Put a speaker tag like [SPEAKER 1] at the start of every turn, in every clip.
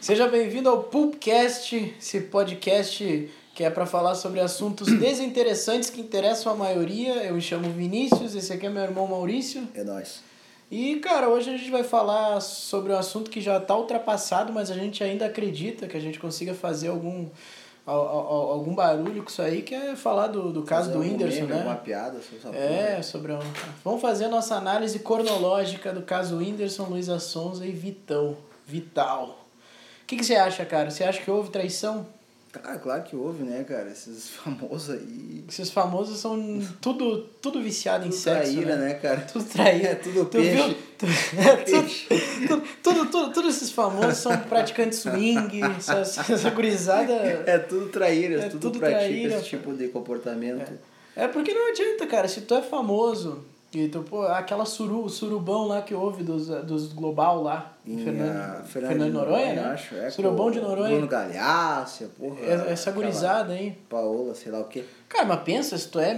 [SPEAKER 1] Seja bem-vindo ao Pulpcast, esse podcast que é para falar sobre assuntos desinteressantes que interessam a maioria. Eu me chamo Vinícius, esse aqui é meu irmão Maurício.
[SPEAKER 2] É nóis.
[SPEAKER 1] E, cara, hoje a gente vai falar sobre um assunto que já está ultrapassado, mas a gente ainda acredita que a gente consiga fazer algum, al- al- algum barulho com isso aí, que é falar do, do caso
[SPEAKER 2] Fazer
[SPEAKER 1] do
[SPEAKER 2] algum
[SPEAKER 1] Whindersson,
[SPEAKER 2] é um meme, Alguma
[SPEAKER 1] né?
[SPEAKER 2] piada assim, sobre essa
[SPEAKER 1] É, sobre a... Vamos fazer a nossa análise cronológica do caso Whindersson, Luiz Assonza e Vitão. Vital. O que, que você acha, cara? Você acha que houve traição?
[SPEAKER 2] porra. Cara, claro que houve, né, cara? Esses famosos aí.
[SPEAKER 1] Esses famosos são tudo, tudo viciado em
[SPEAKER 2] Tudo
[SPEAKER 1] sexo,
[SPEAKER 2] traíra,
[SPEAKER 1] né?
[SPEAKER 2] né, cara?
[SPEAKER 1] Tudo traíra.
[SPEAKER 2] É, tudo
[SPEAKER 1] Tu viu?
[SPEAKER 2] peixe.
[SPEAKER 1] Tu- é, tu- tu- Tudo, tudo, tudo esses famosos são praticantes swing, essa, essa gurizada...
[SPEAKER 2] É tudo traíra,
[SPEAKER 1] É
[SPEAKER 2] tudo,
[SPEAKER 1] tudo
[SPEAKER 2] pratica
[SPEAKER 1] traíra,
[SPEAKER 2] esse tipo de comportamento.
[SPEAKER 1] É porque não adianta, cara, se tu é famoso, e tu, pô, aquela suru, surubão lá que houve dos, dos Global lá, em
[SPEAKER 2] Em, ah,
[SPEAKER 1] Fernando, Fernando de Noronha, né?
[SPEAKER 2] Acho, é,
[SPEAKER 1] surubão
[SPEAKER 2] com
[SPEAKER 1] de
[SPEAKER 2] o
[SPEAKER 1] Noronha,
[SPEAKER 2] Bruno Galhácia, porra.
[SPEAKER 1] essa, essa
[SPEAKER 2] aquela
[SPEAKER 1] gurizada aí.
[SPEAKER 2] Paola, sei lá o quê.
[SPEAKER 1] Cara, mas pensa, se tu é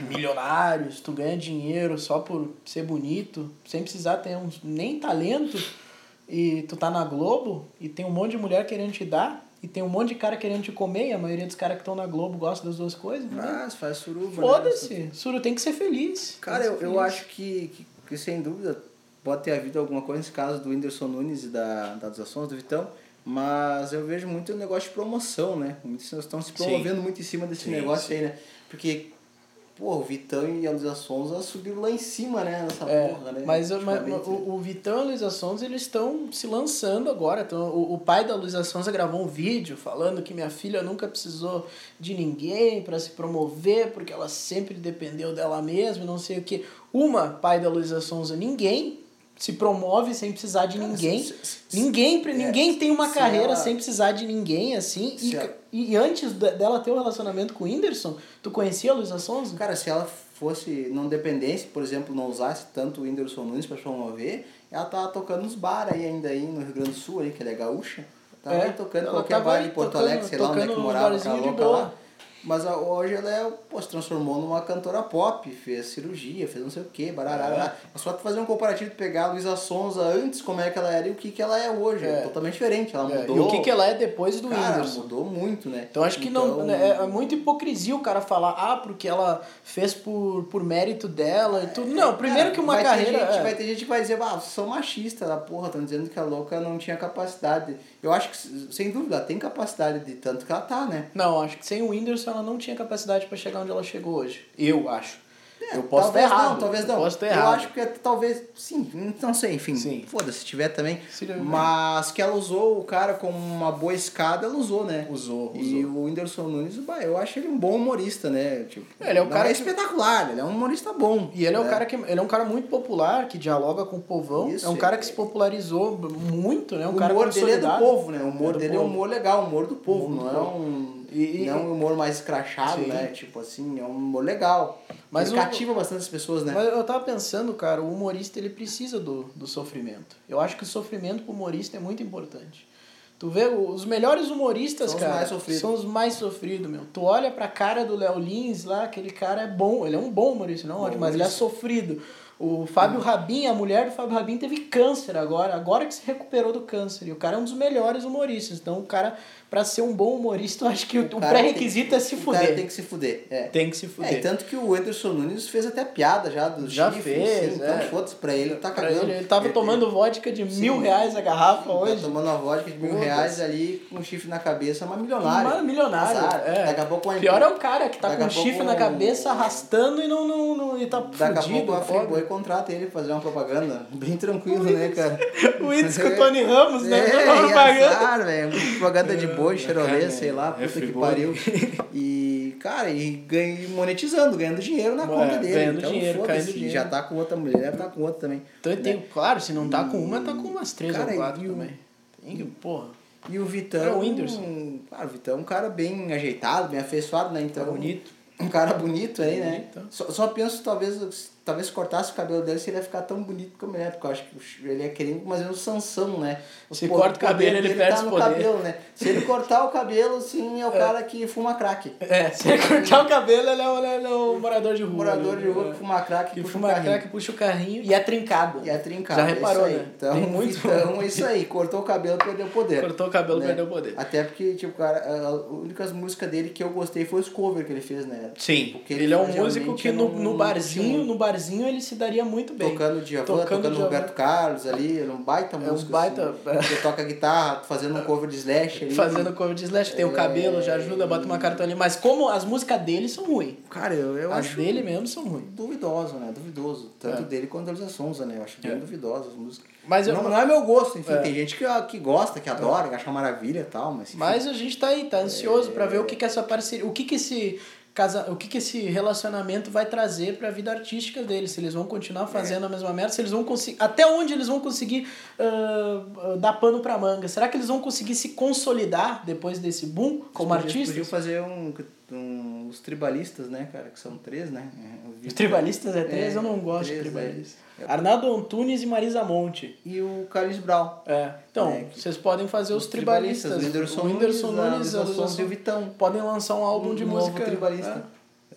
[SPEAKER 1] milionário, se tu ganha dinheiro só por ser bonito, sem precisar ter uns, nem talento, e tu tá na Globo e tem um monte de mulher querendo te dar, e tem um monte de cara querendo te comer, e a maioria dos caras que estão na Globo gosta das duas coisas, né?
[SPEAKER 2] Mas faz suruba. né?
[SPEAKER 1] Foda-se, Suru tem que ser feliz.
[SPEAKER 2] Cara,
[SPEAKER 1] Tem que
[SPEAKER 2] eu,
[SPEAKER 1] ser
[SPEAKER 2] eu
[SPEAKER 1] feliz.
[SPEAKER 2] acho que, que, que sem dúvida pode ter havido alguma coisa nesse caso do Whindersson Nunes e da, das ações do Vitão, mas eu vejo muito o negócio de promoção, né? Muitos estão se promovendo muito em cima desse
[SPEAKER 1] Sim,
[SPEAKER 2] negócio aí, né? Porque, pô, o Vitão e a Luísa Sonza subiram lá em cima, né? Nessa
[SPEAKER 1] É,
[SPEAKER 2] porra, né?
[SPEAKER 1] mas, mas-
[SPEAKER 2] Ultimamente,
[SPEAKER 1] o, o Vitão e a Luísa Sonza, eles estão se lançando agora. Então, o, o pai da Luísa Sonza gravou um vídeo falando que minha filha nunca precisou de ninguém para se promover, porque ela sempre dependeu dela mesma, e não sei o que. Uma, pai da Luísa Sonza, ninguém se promove sem precisar de
[SPEAKER 2] Cara,
[SPEAKER 1] ninguém.
[SPEAKER 2] se- se- se-
[SPEAKER 1] ninguém,
[SPEAKER 2] é,
[SPEAKER 1] ninguém tem uma
[SPEAKER 2] se
[SPEAKER 1] carreira
[SPEAKER 2] ela-
[SPEAKER 1] sem precisar de ninguém, assim.
[SPEAKER 2] Se
[SPEAKER 1] E,
[SPEAKER 2] ela-
[SPEAKER 1] e antes de- dela ter o relacionamento com o Whindersson, tu conhecia a Luísa Sonza?
[SPEAKER 2] Cara, se ela fosse, não dependesse, por exemplo, não usasse tanto o Whindersson Nunes pra promover, ela tava tocando nos bar aí ainda aí no Rio Grande do Sul, aí, que ela é gaúcha. Tava
[SPEAKER 1] É,
[SPEAKER 2] aí tocando
[SPEAKER 1] ela
[SPEAKER 2] qualquer
[SPEAKER 1] tava
[SPEAKER 2] bar
[SPEAKER 1] aí
[SPEAKER 2] em Porto
[SPEAKER 1] tocando-
[SPEAKER 2] Alegre, sei lá onde é que
[SPEAKER 1] tocando nos
[SPEAKER 2] morava, aquela
[SPEAKER 1] barzinhos de
[SPEAKER 2] louca
[SPEAKER 1] boa.
[SPEAKER 2] lá. Mas a- hoje ela é, pô, se transformou numa cantora pop, fez cirurgia, fez não sei o que, barará. É. Só tu fazer um comparativo, tu pegar a Luísa Sonza antes, como é que ela era e o que que ela é hoje.
[SPEAKER 1] É.
[SPEAKER 2] É. Totalmente diferente, ela
[SPEAKER 1] É,
[SPEAKER 2] mudou.
[SPEAKER 1] E o que, que ela é depois do
[SPEAKER 2] Cara,
[SPEAKER 1] Whindersson?
[SPEAKER 2] mudou muito, né?
[SPEAKER 1] Então acho que não.
[SPEAKER 2] Então-
[SPEAKER 1] né, É, é muita hipocrisia o cara falar, ah, porque ela fez por, por mérito dela e tudo. Não, primeiro
[SPEAKER 2] É, Cara,
[SPEAKER 1] que uma
[SPEAKER 2] vai
[SPEAKER 1] carreira.
[SPEAKER 2] Ter gente,
[SPEAKER 1] é.
[SPEAKER 2] Vai ter gente que vai dizer, ah, são machistas da porra, estão dizendo que a louca não tinha capacidade. Eu acho que, sem dúvida, ela tem capacidade de tanto que ela tá, né?
[SPEAKER 1] Não, acho que sem o Whindersson ela não tinha capacidade pra chegar onde ela chegou hoje. Eu acho. eu
[SPEAKER 2] É,
[SPEAKER 1] posso estar
[SPEAKER 2] talvez
[SPEAKER 1] errado.
[SPEAKER 2] Não, talvez não.
[SPEAKER 1] Eu posso estar errado.
[SPEAKER 2] Eu acho que é, talvez, sim, não sei, enfim.
[SPEAKER 1] Sim.
[SPEAKER 2] Foda-se, se tiver também.
[SPEAKER 1] Se tiver.
[SPEAKER 2] Mas que ela usou o cara como uma boa escada, ela usou, né?
[SPEAKER 1] Usou,
[SPEAKER 2] E o Whindersson Nunes, bah, eu acho ele um bom humorista, né? Tipo,
[SPEAKER 1] Ele é o
[SPEAKER 2] não
[SPEAKER 1] cara
[SPEAKER 2] é
[SPEAKER 1] que-
[SPEAKER 2] espetacular, ele é um humorista bom.
[SPEAKER 1] E ele é, um
[SPEAKER 2] né?
[SPEAKER 1] cara que, ele é um cara muito popular, que dialoga com o povão.
[SPEAKER 2] Isso,
[SPEAKER 1] é um cara
[SPEAKER 2] é-
[SPEAKER 1] que se popularizou muito, né? Um
[SPEAKER 2] o
[SPEAKER 1] cara
[SPEAKER 2] humor dele é do
[SPEAKER 1] consolidado.
[SPEAKER 2] povo, né? O humor
[SPEAKER 1] É do
[SPEAKER 2] dele é um
[SPEAKER 1] povo.
[SPEAKER 2] humor legal, um humor do povo,
[SPEAKER 1] Humor do
[SPEAKER 2] não
[SPEAKER 1] povo.
[SPEAKER 2] é um.
[SPEAKER 1] E- e-
[SPEAKER 2] não é um humor mais escrachado,
[SPEAKER 1] Sim.
[SPEAKER 2] né? Tipo assim, é um humor legal.
[SPEAKER 1] Mas
[SPEAKER 2] Mas
[SPEAKER 1] o-
[SPEAKER 2] cativa bastante as pessoas, né?
[SPEAKER 1] Mas eu tava pensando, cara, o humorista ele precisa do, do sofrimento. Eu acho que o sofrimento pro humorista é muito importante. Tu vê, o- os melhores humoristas,
[SPEAKER 2] São os
[SPEAKER 1] cara,
[SPEAKER 2] mais sofridos.
[SPEAKER 1] são os mais sofridos, meu. Tu olha pra cara do Léo Lins lá, aquele cara é bom, ele é um bom humorista, não é um
[SPEAKER 2] Bom
[SPEAKER 1] ótimo, mas ele é sofrido. O Fábio Rabin, a mulher do Fábio Rabin teve câncer agora, agora que se recuperou do câncer. E o cara é um dos melhores humoristas. Então, o cara, pra ser um bom humorista, eu acho que o,
[SPEAKER 2] O cara
[SPEAKER 1] pré-requisito
[SPEAKER 2] tem-
[SPEAKER 1] é se
[SPEAKER 2] o cara
[SPEAKER 1] fuder.
[SPEAKER 2] Tem que se fuder. É.
[SPEAKER 1] Tem que se fuder.
[SPEAKER 2] É, e tanto que o Anderson Nunes fez até piada já do
[SPEAKER 1] Já
[SPEAKER 2] chifre,
[SPEAKER 1] fez,
[SPEAKER 2] assim,
[SPEAKER 1] é.
[SPEAKER 2] então foda-se pra ele, tá
[SPEAKER 1] Pra
[SPEAKER 2] cagando.
[SPEAKER 1] ele, ele tava tomando vodka de mil reais a garrafa
[SPEAKER 2] Tá
[SPEAKER 1] hoje.
[SPEAKER 2] tomando uma vodka de mil
[SPEAKER 1] Foda-se.
[SPEAKER 2] reais ali, com um chifre na cabeça, mas milionário.
[SPEAKER 1] Mas milionário.
[SPEAKER 2] Azar.
[SPEAKER 1] é.
[SPEAKER 2] Daqui a pouco uma
[SPEAKER 1] Pior é o cara que tá
[SPEAKER 2] Daqui
[SPEAKER 1] com
[SPEAKER 2] a
[SPEAKER 1] um chifre
[SPEAKER 2] pouco
[SPEAKER 1] na
[SPEAKER 2] um-
[SPEAKER 1] cabeça, arrastando e não, não, não e tá
[SPEAKER 2] Daqui a
[SPEAKER 1] fudido.
[SPEAKER 2] pouco é a
[SPEAKER 1] pobre.
[SPEAKER 2] Friboi contrata ele pra fazer uma propaganda. Bem tranquilo, né, cara?
[SPEAKER 1] O índice com o Tony Ramos, né?
[SPEAKER 2] É,
[SPEAKER 1] Não,
[SPEAKER 2] e
[SPEAKER 1] propaganda.
[SPEAKER 2] azar, velho. Propaganda de boi,
[SPEAKER 3] cara,
[SPEAKER 2] chorolê,
[SPEAKER 3] é-
[SPEAKER 2] sei lá,
[SPEAKER 3] é
[SPEAKER 2] puta que
[SPEAKER 3] Friboi.
[SPEAKER 2] pariu. E, cara, e ganha, monetizando, ganhando dinheiro na conta dele.
[SPEAKER 1] É, ganhando
[SPEAKER 2] então,
[SPEAKER 1] dinheiro,
[SPEAKER 2] foda-se,
[SPEAKER 1] caindo dinheiro.
[SPEAKER 2] Já tá com outra mulher, deve tá com outra também.
[SPEAKER 1] Então ele
[SPEAKER 2] né?
[SPEAKER 1] tem, claro, se não tá com uma, tá com umas três
[SPEAKER 2] Cara,
[SPEAKER 1] ou quatro
[SPEAKER 2] e o-
[SPEAKER 1] também. Tem que, porra.
[SPEAKER 2] E o Vitão.
[SPEAKER 1] É o Whindersson.
[SPEAKER 2] Claro, o Vitão é um cara bem ajeitado, bem afeiçoado, né? Então,
[SPEAKER 1] Tá é bonito.
[SPEAKER 2] Um cara bonito aí, né?
[SPEAKER 1] Bonito.
[SPEAKER 2] Só, só penso, talvez, talvez cortasse o cabelo dele, se ele ia ficar tão bonito como ele é, porque eu acho que ele ia querer mais ou menos Sansão, né?
[SPEAKER 1] O se corta o cabelo, ele perde tá
[SPEAKER 2] o
[SPEAKER 1] poder.
[SPEAKER 2] cabelo, né? Se ele cortar o cabelo, sim, é o cara que fuma crack. Um
[SPEAKER 1] É, se ele cortar o cabelo, ele é o, ele é o morador de rua.
[SPEAKER 2] Morador
[SPEAKER 1] né?
[SPEAKER 2] de rua que fuma crack,
[SPEAKER 1] Que
[SPEAKER 2] puxa
[SPEAKER 1] fuma
[SPEAKER 2] o carrinho.
[SPEAKER 1] crack, puxa o carrinho e é trincado.
[SPEAKER 2] E é trincado.
[SPEAKER 1] Já
[SPEAKER 2] é isso
[SPEAKER 1] reparou,
[SPEAKER 2] aí.
[SPEAKER 1] né?
[SPEAKER 2] Então,
[SPEAKER 1] Tem muito-
[SPEAKER 2] então é isso aí. Cortou o cabelo, perdeu o poder.
[SPEAKER 1] Cortou o cabelo,
[SPEAKER 2] né?
[SPEAKER 1] perdeu o poder.
[SPEAKER 2] Até porque, tipo, cara, a- as únicas músicas dele que eu gostei foi os cover que ele fez, né?
[SPEAKER 1] Sim,
[SPEAKER 2] Porque
[SPEAKER 1] ele é um
[SPEAKER 2] realmente
[SPEAKER 1] músico que
[SPEAKER 2] eu
[SPEAKER 1] no,
[SPEAKER 2] não-
[SPEAKER 1] no
[SPEAKER 2] não
[SPEAKER 1] barzinho,
[SPEAKER 2] tinha-
[SPEAKER 1] no barzinho ele se daria muito bem.
[SPEAKER 2] Tocando Djavan, tocando, tocando
[SPEAKER 1] Djavan.
[SPEAKER 2] Roberto Carlos ali, era um baita
[SPEAKER 1] um
[SPEAKER 2] músico.
[SPEAKER 1] baita-
[SPEAKER 2] Assim, você toca guitarra, fazendo um cover de Slash ali. É.
[SPEAKER 1] Fazendo cover de slash, tem o cabelo, já ajuda, bota uma cartolina. Mas como as músicas dele são ruins.
[SPEAKER 2] Cara, eu, eu
[SPEAKER 1] As
[SPEAKER 2] acho
[SPEAKER 1] dele mesmo são ruins.
[SPEAKER 2] duvidoso, né? Duvidoso. Tanto
[SPEAKER 1] É.
[SPEAKER 2] dele quanto da Luísa Sonza, né? Eu acho bem duvidosa as músicas.
[SPEAKER 1] Mas eu-
[SPEAKER 2] não, não é meu gosto, enfim.
[SPEAKER 1] É.
[SPEAKER 2] Tem gente que, que gosta, que adora, que acha maravilha e tal, mas... É. enfim.
[SPEAKER 1] Mas a gente tá aí, tá ansioso pra ver o que que essa parceria, o que que esse casa, o que que esse relacionamento vai trazer pra vida artística deles, se eles vão
[SPEAKER 2] É.
[SPEAKER 1] continuar fazendo a mesma merda, se eles vão conseguir, até onde eles vão conseguir ah, ah, dar pano pra manga. Será que eles vão conseguir se consolidar depois desse boom como
[SPEAKER 2] Eles podiam-
[SPEAKER 1] artistas?
[SPEAKER 2] podiam fazer um, um- os tribalistas, né, cara? Que são três, né? Eu vi-
[SPEAKER 1] Os tribalistas é três,
[SPEAKER 2] É,
[SPEAKER 1] eu não gosto de
[SPEAKER 2] três,
[SPEAKER 1] tribalistas. Arnaldo Antunes e Marisa Monte.
[SPEAKER 2] E o Carlos Brown.
[SPEAKER 1] É. Então,
[SPEAKER 2] É, que-
[SPEAKER 1] vocês podem fazer os, tribalistas.
[SPEAKER 2] O Whindersson,
[SPEAKER 1] o Whindersson Nunes,
[SPEAKER 2] Nunes,
[SPEAKER 1] a Luísa
[SPEAKER 2] a Luísa Sonza e
[SPEAKER 1] Sonza.
[SPEAKER 2] o Vitão.
[SPEAKER 1] Podem lançar um álbum
[SPEAKER 2] um
[SPEAKER 1] de
[SPEAKER 2] novo
[SPEAKER 1] música. né?
[SPEAKER 2] tribalista.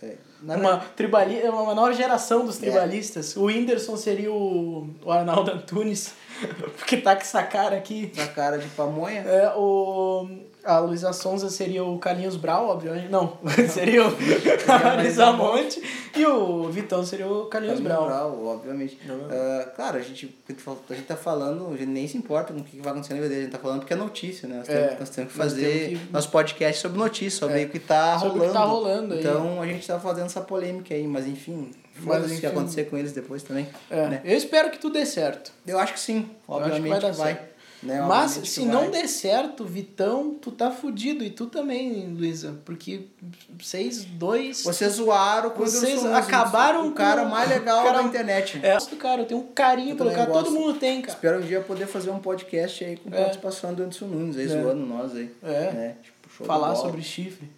[SPEAKER 2] É. Na
[SPEAKER 1] Uma, tribali é uma nova geração dos tribalistas. O Whindersson seria o, o Arnaldo Antunes, porque tá com essa cara aqui.
[SPEAKER 2] na cara de pamonha.
[SPEAKER 1] É, o, a Luísa Sonza seria o Carlinhos Brau, obviamente. Não, seria o a Luísa Monte. E o Vitão seria o Carlinhos
[SPEAKER 2] Brau,
[SPEAKER 1] Brau.
[SPEAKER 2] obviamente.
[SPEAKER 1] Não, não.
[SPEAKER 2] Ah, claro, a gente, a gente tá falando, a gente nem se importa com o que vai acontecer na vida dele, a gente tá falando porque é notícia, né? Nós,
[SPEAKER 1] É,
[SPEAKER 2] temos, nós temos que
[SPEAKER 1] nós
[SPEAKER 2] fazer
[SPEAKER 1] temos que-
[SPEAKER 2] nosso podcast sobre notícia, sobre o que tá
[SPEAKER 1] Sobre o
[SPEAKER 2] rolando.
[SPEAKER 1] que tá rolando aí.
[SPEAKER 2] Então a gente tá fazendo essa polêmica aí, mas enfim, foda-se o
[SPEAKER 1] enfim.
[SPEAKER 2] que acontecer com eles depois também.
[SPEAKER 1] É,
[SPEAKER 2] né?
[SPEAKER 1] Eu espero que tudo dê certo.
[SPEAKER 2] Eu acho que sim,
[SPEAKER 1] acho que
[SPEAKER 2] obviamente
[SPEAKER 1] vai dar
[SPEAKER 2] que vai.
[SPEAKER 1] certo.
[SPEAKER 2] né?
[SPEAKER 1] Mas
[SPEAKER 2] Obviamente
[SPEAKER 1] se
[SPEAKER 2] que
[SPEAKER 1] não
[SPEAKER 2] vai.
[SPEAKER 1] der certo, Vitão, tu tá fudido. E tu também, Luísa. Porque vocês dois.
[SPEAKER 2] Vocês zoaram com o
[SPEAKER 1] Vocês
[SPEAKER 2] Whindersson Nunes,
[SPEAKER 1] acabaram
[SPEAKER 2] o cara
[SPEAKER 1] com-
[SPEAKER 2] mais legal
[SPEAKER 1] o cara-
[SPEAKER 2] da internet.
[SPEAKER 1] É, eu gosto do cara, eu tenho um carinho
[SPEAKER 2] Eu
[SPEAKER 1] pelo
[SPEAKER 2] também
[SPEAKER 1] cara, todo
[SPEAKER 2] gosto.
[SPEAKER 1] mundo tem, cara.
[SPEAKER 2] Espero um dia poder fazer um podcast aí com participação do Anderson Nunes, aí zoando nós aí.
[SPEAKER 1] É.
[SPEAKER 2] Né? Tipo, show de
[SPEAKER 1] Falar
[SPEAKER 2] bola.
[SPEAKER 1] sobre chifre.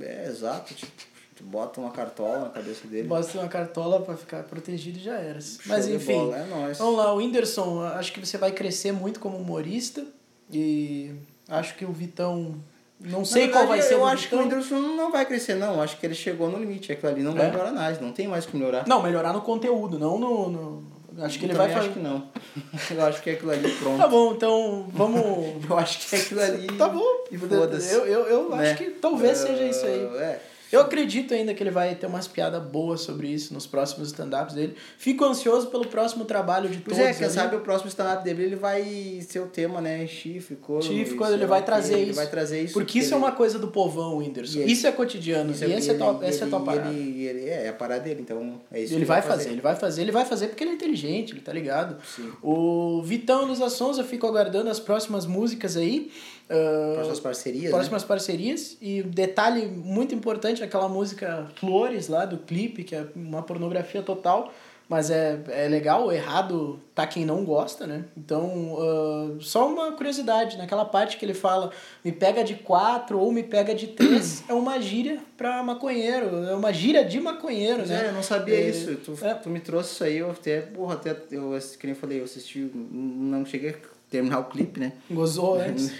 [SPEAKER 2] É, exato. Tipo, tu bota uma cartola na cabeça dele.
[SPEAKER 1] Bota uma cartola pra ficar protegido e já era.
[SPEAKER 2] Show
[SPEAKER 1] Mas
[SPEAKER 2] de
[SPEAKER 1] enfim.
[SPEAKER 2] bola, é nóis.
[SPEAKER 1] Vamos lá, o Whindersson, acho que você vai crescer muito como humorista. E acho que o Vitão. Não
[SPEAKER 2] Na
[SPEAKER 1] sei qual
[SPEAKER 2] verdade,
[SPEAKER 1] vai ser
[SPEAKER 2] Eu
[SPEAKER 1] do
[SPEAKER 2] acho que o
[SPEAKER 1] Vitão.
[SPEAKER 2] Anderson não vai crescer, não. Acho que ele chegou no limite. Aquilo ali não
[SPEAKER 1] É?
[SPEAKER 2] vai melhorar mais, não tem mais o que melhorar.
[SPEAKER 1] Não, melhorar no conteúdo, não no. no- Acho que
[SPEAKER 2] Eu
[SPEAKER 1] ele vai
[SPEAKER 2] também
[SPEAKER 1] fazer.
[SPEAKER 2] acho que não. eu acho que é aquilo ali pronto.
[SPEAKER 1] Tá bom, então vamos.
[SPEAKER 2] Eu acho que é aquilo ali.
[SPEAKER 1] Tá bom.
[SPEAKER 2] E foda-se.
[SPEAKER 1] Eu, eu, eu
[SPEAKER 2] né?
[SPEAKER 1] acho que talvez
[SPEAKER 2] Eh,
[SPEAKER 1] seja isso aí.
[SPEAKER 2] É.
[SPEAKER 1] Eu acredito ainda que ele vai ter umas piadas boas sobre isso nos próximos stand-ups dele. Fico ansioso pelo próximo trabalho de
[SPEAKER 2] Pois
[SPEAKER 1] todos.
[SPEAKER 2] é, quem
[SPEAKER 1] ali.
[SPEAKER 2] sabe o próximo stand-up dele ele vai ser o tema, né? Chifre, couro.
[SPEAKER 1] Chifre,
[SPEAKER 2] e
[SPEAKER 1] couro,
[SPEAKER 2] sei
[SPEAKER 1] ele
[SPEAKER 2] lá
[SPEAKER 1] vai
[SPEAKER 2] o quê,
[SPEAKER 1] trazer
[SPEAKER 2] ele
[SPEAKER 1] isso.
[SPEAKER 2] vai trazer isso.
[SPEAKER 1] Porque isso é
[SPEAKER 2] ele-
[SPEAKER 1] uma coisa do povão, Whindersson.
[SPEAKER 2] E ele-
[SPEAKER 1] Isso é cotidiano.
[SPEAKER 2] isso
[SPEAKER 1] e essa, é,
[SPEAKER 2] ele-
[SPEAKER 1] tua, essa é a tua
[SPEAKER 2] ele-
[SPEAKER 1] parada. Ele,
[SPEAKER 2] Ele, ele- é, é a parada dele, então é isso. que
[SPEAKER 1] vai fazer. ele vai fazer, ele vai fazer porque ele é inteligente, ele tá ligado?
[SPEAKER 2] Sim.
[SPEAKER 1] O Vitão Luiz Sonza, eu fico aguardando as próximas músicas aí. ah,
[SPEAKER 2] Próximas parcerias. né?
[SPEAKER 1] próximas parcerias. E um detalhe muito importante, aquela música Flores lá do clipe, que é uma pornografia total. Mas é, é legal, o errado tá quem não gosta, né? Então, ah, só uma curiosidade, naquela parte que ele fala me pega de quatro ou me pega de três, é uma gíria pra maconheiro, é uma gíria de maconheiro,
[SPEAKER 2] Né? Pois
[SPEAKER 1] né?
[SPEAKER 2] é, eu não sabia
[SPEAKER 1] É,
[SPEAKER 2] isso. Tu,
[SPEAKER 1] é.
[SPEAKER 2] tu me trouxe isso aí, eu até, porra, até eu, assisti- que nem eu falei, eu assisti, não cheguei a terminar o clipe, né?
[SPEAKER 1] Gozou antes.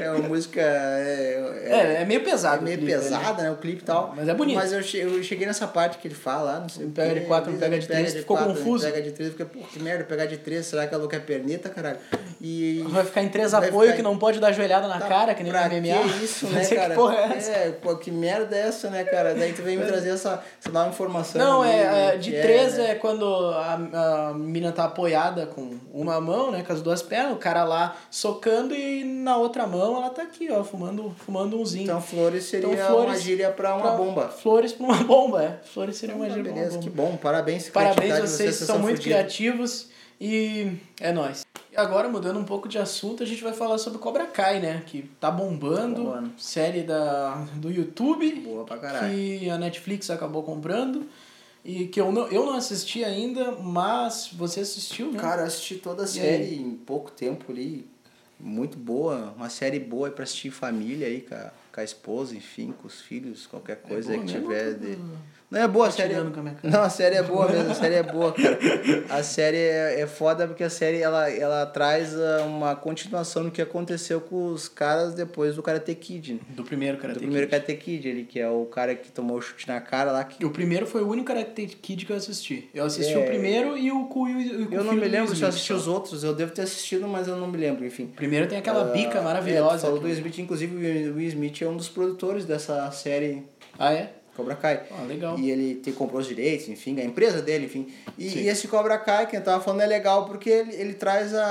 [SPEAKER 2] é uma música. é- é-
[SPEAKER 1] É, é meio pesado.
[SPEAKER 2] É meio
[SPEAKER 1] o clipe, né?
[SPEAKER 2] pesada, né? O clipe e tal.
[SPEAKER 1] Mas é bonito.
[SPEAKER 2] Mas eu che- eu cheguei nessa parte que ele fala, ah, não sei
[SPEAKER 1] Me
[SPEAKER 2] o
[SPEAKER 1] pega
[SPEAKER 2] quê,
[SPEAKER 1] de quatro, me pega de três,
[SPEAKER 2] de
[SPEAKER 1] ficou
[SPEAKER 2] quatro, me
[SPEAKER 1] confuso.
[SPEAKER 2] Pega de três, fica, pô, que merda, pegar de três, será que ela quer perneta, caralho? E.
[SPEAKER 1] Vai ficar em três
[SPEAKER 2] Vai
[SPEAKER 1] apoio
[SPEAKER 2] ficar
[SPEAKER 1] que
[SPEAKER 2] em-
[SPEAKER 1] não pode dar joelhada na
[SPEAKER 2] tá,
[SPEAKER 1] cara, que nem no
[SPEAKER 2] pra
[SPEAKER 1] MMA.
[SPEAKER 2] Que isso,
[SPEAKER 1] Não
[SPEAKER 2] né,
[SPEAKER 1] sei
[SPEAKER 2] cara?
[SPEAKER 1] Que porra é essa? É.
[SPEAKER 2] É, pô, que merda é essa, né, cara? Daí tu vem me trazer essa, essa nova informação.
[SPEAKER 1] Não,
[SPEAKER 2] aí,
[SPEAKER 1] é, é,
[SPEAKER 2] que
[SPEAKER 1] de três
[SPEAKER 2] né?
[SPEAKER 1] é quando a, a mina tá apoiada com uma mão, né? Com as duas pernas, o cara lá socando e na outra mão ela tá aqui, ó, fumando, fumando umzinho.
[SPEAKER 2] Então flores seria
[SPEAKER 1] Então, flores
[SPEAKER 2] uma gíria pra uma
[SPEAKER 1] Pra-
[SPEAKER 2] bomba.
[SPEAKER 1] Flores pra uma bomba, é. Flores seria uma
[SPEAKER 2] Ah,
[SPEAKER 1] gíria pra uma
[SPEAKER 2] beleza, que
[SPEAKER 1] bomba.
[SPEAKER 2] bom. Parabéns,
[SPEAKER 1] Parabéns,
[SPEAKER 2] criatividade,
[SPEAKER 1] vocês são muito
[SPEAKER 2] fudidos.
[SPEAKER 1] criativos e é nóis. E agora, mudando um pouco de assunto, a gente vai falar sobre Cobra Kai, né? Que tá bombando,
[SPEAKER 2] Bombando.
[SPEAKER 1] série da, do YouTube.
[SPEAKER 2] Boa pra caralho.
[SPEAKER 1] que a Netflix acabou comprando e que eu não, eu não assisti ainda, mas você assistiu, né?
[SPEAKER 2] Cara, eu assisti toda a
[SPEAKER 1] E
[SPEAKER 2] série em pouco tempo ali. Muito boa. Uma série boa aí pra assistir em família aí, com a, com a esposa, enfim, com os filhos, qualquer coisa aí
[SPEAKER 1] É boa
[SPEAKER 2] que
[SPEAKER 1] mesmo,
[SPEAKER 2] tiver.
[SPEAKER 1] tudo?
[SPEAKER 2] De... Não é boa a
[SPEAKER 1] Tá
[SPEAKER 2] série.
[SPEAKER 1] tirando com a minha cara.
[SPEAKER 2] Não, a série é boa mesmo, a série é boa, cara. A série é, é foda porque a série ela, ela traz ah, uma continuação do que aconteceu com os caras depois do Karate Kid. né?
[SPEAKER 1] Do primeiro Karate
[SPEAKER 2] Do
[SPEAKER 1] Kid.
[SPEAKER 2] primeiro Karate Kid, ele que é o cara que tomou o chute na cara lá que
[SPEAKER 1] O primeiro foi o único Karate Kid que eu assisti. Eu assisti
[SPEAKER 2] É.
[SPEAKER 1] o primeiro e o com o Will- e com o
[SPEAKER 2] Eu não
[SPEAKER 1] filho
[SPEAKER 2] me
[SPEAKER 1] do
[SPEAKER 2] lembro
[SPEAKER 1] Will
[SPEAKER 2] se
[SPEAKER 1] Smith,
[SPEAKER 2] eu assisti
[SPEAKER 1] só.
[SPEAKER 2] os outros, eu devo ter assistido, mas eu não me lembro, enfim.
[SPEAKER 1] O primeiro tem aquela bica
[SPEAKER 2] Ah, É, tu
[SPEAKER 1] maravilhosa.
[SPEAKER 2] falou
[SPEAKER 1] que-
[SPEAKER 2] do Will Smith, inclusive o Will Smith é um dos produtores dessa série
[SPEAKER 1] Ah, é?
[SPEAKER 2] Cobra Kai.
[SPEAKER 1] Ah, legal.
[SPEAKER 2] E ele te comprou os direitos, enfim, a empresa dele, enfim. E,
[SPEAKER 1] Sim.
[SPEAKER 2] e esse Cobra Kai, que eu tava falando, é legal porque ele, ele traz a,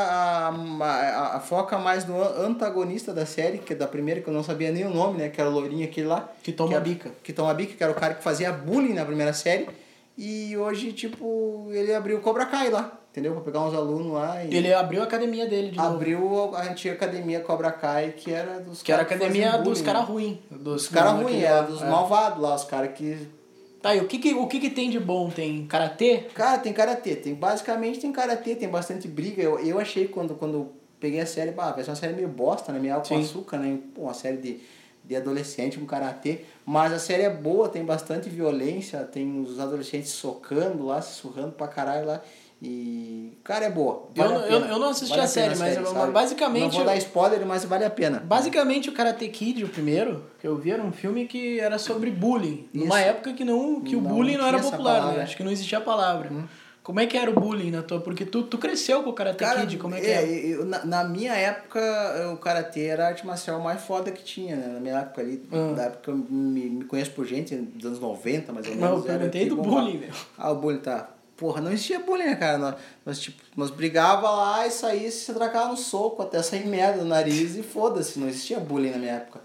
[SPEAKER 2] a, a- a foca mais no an- antagonista da série, que é da primeira, que eu não sabia nem o nome, né? Que era o loirinho aquele lá.
[SPEAKER 1] Que toma
[SPEAKER 2] é-
[SPEAKER 1] bica.
[SPEAKER 2] Que toma bica, que era o cara que fazia bullying na primeira série. E hoje, tipo, ele abriu o Cobra Kai lá, entendeu? Pra pegar uns alunos lá e...
[SPEAKER 1] Ele abriu a academia dele de novo.
[SPEAKER 2] Abriu a antiga academia Cobra Kai, que era dos
[SPEAKER 1] Que era a
[SPEAKER 2] caras faziam
[SPEAKER 1] academia é dos
[SPEAKER 2] bullying,
[SPEAKER 1] caras
[SPEAKER 2] né?
[SPEAKER 1] ruins. Dos
[SPEAKER 2] Dos caras
[SPEAKER 1] não,
[SPEAKER 2] ruins,
[SPEAKER 1] aquele
[SPEAKER 2] era
[SPEAKER 1] lá.
[SPEAKER 2] dos
[SPEAKER 1] É.
[SPEAKER 2] malvados lá, os caras que.
[SPEAKER 1] Tá, e o que, que, o que, que tem de bom? Tem karatê?
[SPEAKER 2] Cara, tem karatê, tem, basicamente tem karatê, tem bastante briga. Eu, eu achei quando, quando peguei a série, bah, vai ser uma série meio bosta, né? Meio água com
[SPEAKER 1] Sim.
[SPEAKER 2] açúcar, né? Pô, uma série de, de adolescente com karatê. Mas a série é boa, tem bastante violência, tem os adolescentes socando lá, se surrando pra caralho lá. E. Cara, é boa.
[SPEAKER 1] Eu
[SPEAKER 2] vale a
[SPEAKER 1] não- eu-
[SPEAKER 2] pena.
[SPEAKER 1] eu não assisti
[SPEAKER 2] Vale
[SPEAKER 1] a
[SPEAKER 2] pena
[SPEAKER 1] série, mas eu-
[SPEAKER 2] sabe?
[SPEAKER 1] basicamente
[SPEAKER 2] Não vou
[SPEAKER 1] eu-
[SPEAKER 2] dar spoiler, mas vale a pena.
[SPEAKER 1] Basicamente, o Karate Kid, o primeiro, que eu vi, era um filme que era sobre bullying. Numa
[SPEAKER 2] Isso.
[SPEAKER 1] época que, não, que o
[SPEAKER 2] Não,
[SPEAKER 1] bullying
[SPEAKER 2] não
[SPEAKER 1] não era
[SPEAKER 2] tinha essa
[SPEAKER 1] popular, né?
[SPEAKER 2] palavra. Hum.
[SPEAKER 1] Acho que não existia a palavra. Como é que era o bullying na tua... Porque tu, tu cresceu com o Karate
[SPEAKER 2] Cara,
[SPEAKER 1] Kid, como é que
[SPEAKER 2] é,
[SPEAKER 1] era?
[SPEAKER 2] eu- na, na minha época, o Karatê era a arte marcial mais foda que tinha, né? Na minha época ali,
[SPEAKER 1] Ah.
[SPEAKER 2] da época que eu me, me conheço por gente, dos anos 90, mais ou
[SPEAKER 1] Mas
[SPEAKER 2] menos.
[SPEAKER 1] eu
[SPEAKER 2] é, era
[SPEAKER 1] perguntei
[SPEAKER 2] que
[SPEAKER 1] do
[SPEAKER 2] bombava.
[SPEAKER 1] bullying, meu.
[SPEAKER 2] Ah, o bullying, tá. Porra, não existia bullying, né, cara? Nós, nós, tipo, nós brigava lá e saía, se atracava no soco, até sair merda no nariz e foda-se. Não existia bullying na minha época.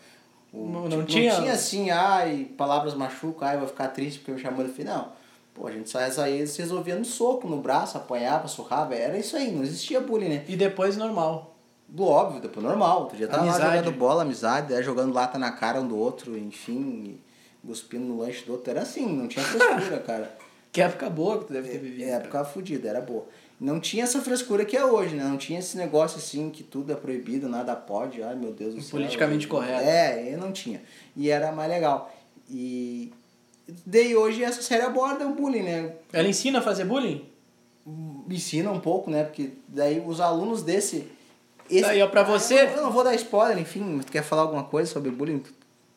[SPEAKER 2] O-
[SPEAKER 1] Não- não tinha-
[SPEAKER 2] Não tinha assim, ai, palavras machucam, ai, vou ficar triste porque me chamou do filho. Não. Pô, a gente saía, saía e se resolvia no soco, no braço, apanhava, surrava. Era isso aí, não existia bullying, né?
[SPEAKER 1] E depois, normal.
[SPEAKER 2] Do óbvio, depois normal. Outro dia tava lá
[SPEAKER 1] Amizade.
[SPEAKER 2] jogando bola, amizade, aí jogando lata na cara um do outro, enfim, e cuspindo no lanche do outro. Era assim, não tinha frescura, cara.
[SPEAKER 1] Que época boa que tu deve ter vivido.
[SPEAKER 2] É, época fodida, era boa. Não tinha essa frescura que é hoje, né? Não tinha esse negócio assim que tudo é proibido, nada pode, ai meu Deus do céu.
[SPEAKER 1] Politicamente correto.
[SPEAKER 2] É, eu não tinha. E era mais legal. E daí hoje essa série aborda o bullying, né?
[SPEAKER 1] Ela ensina a fazer bullying?
[SPEAKER 2] ensina um pouco, né? Porque daí os alunos desse. Esse,
[SPEAKER 1] Aí, ó, pra você.
[SPEAKER 2] Eu não, eu não vou dar spoiler, enfim, tu quer falar alguma coisa sobre bullying?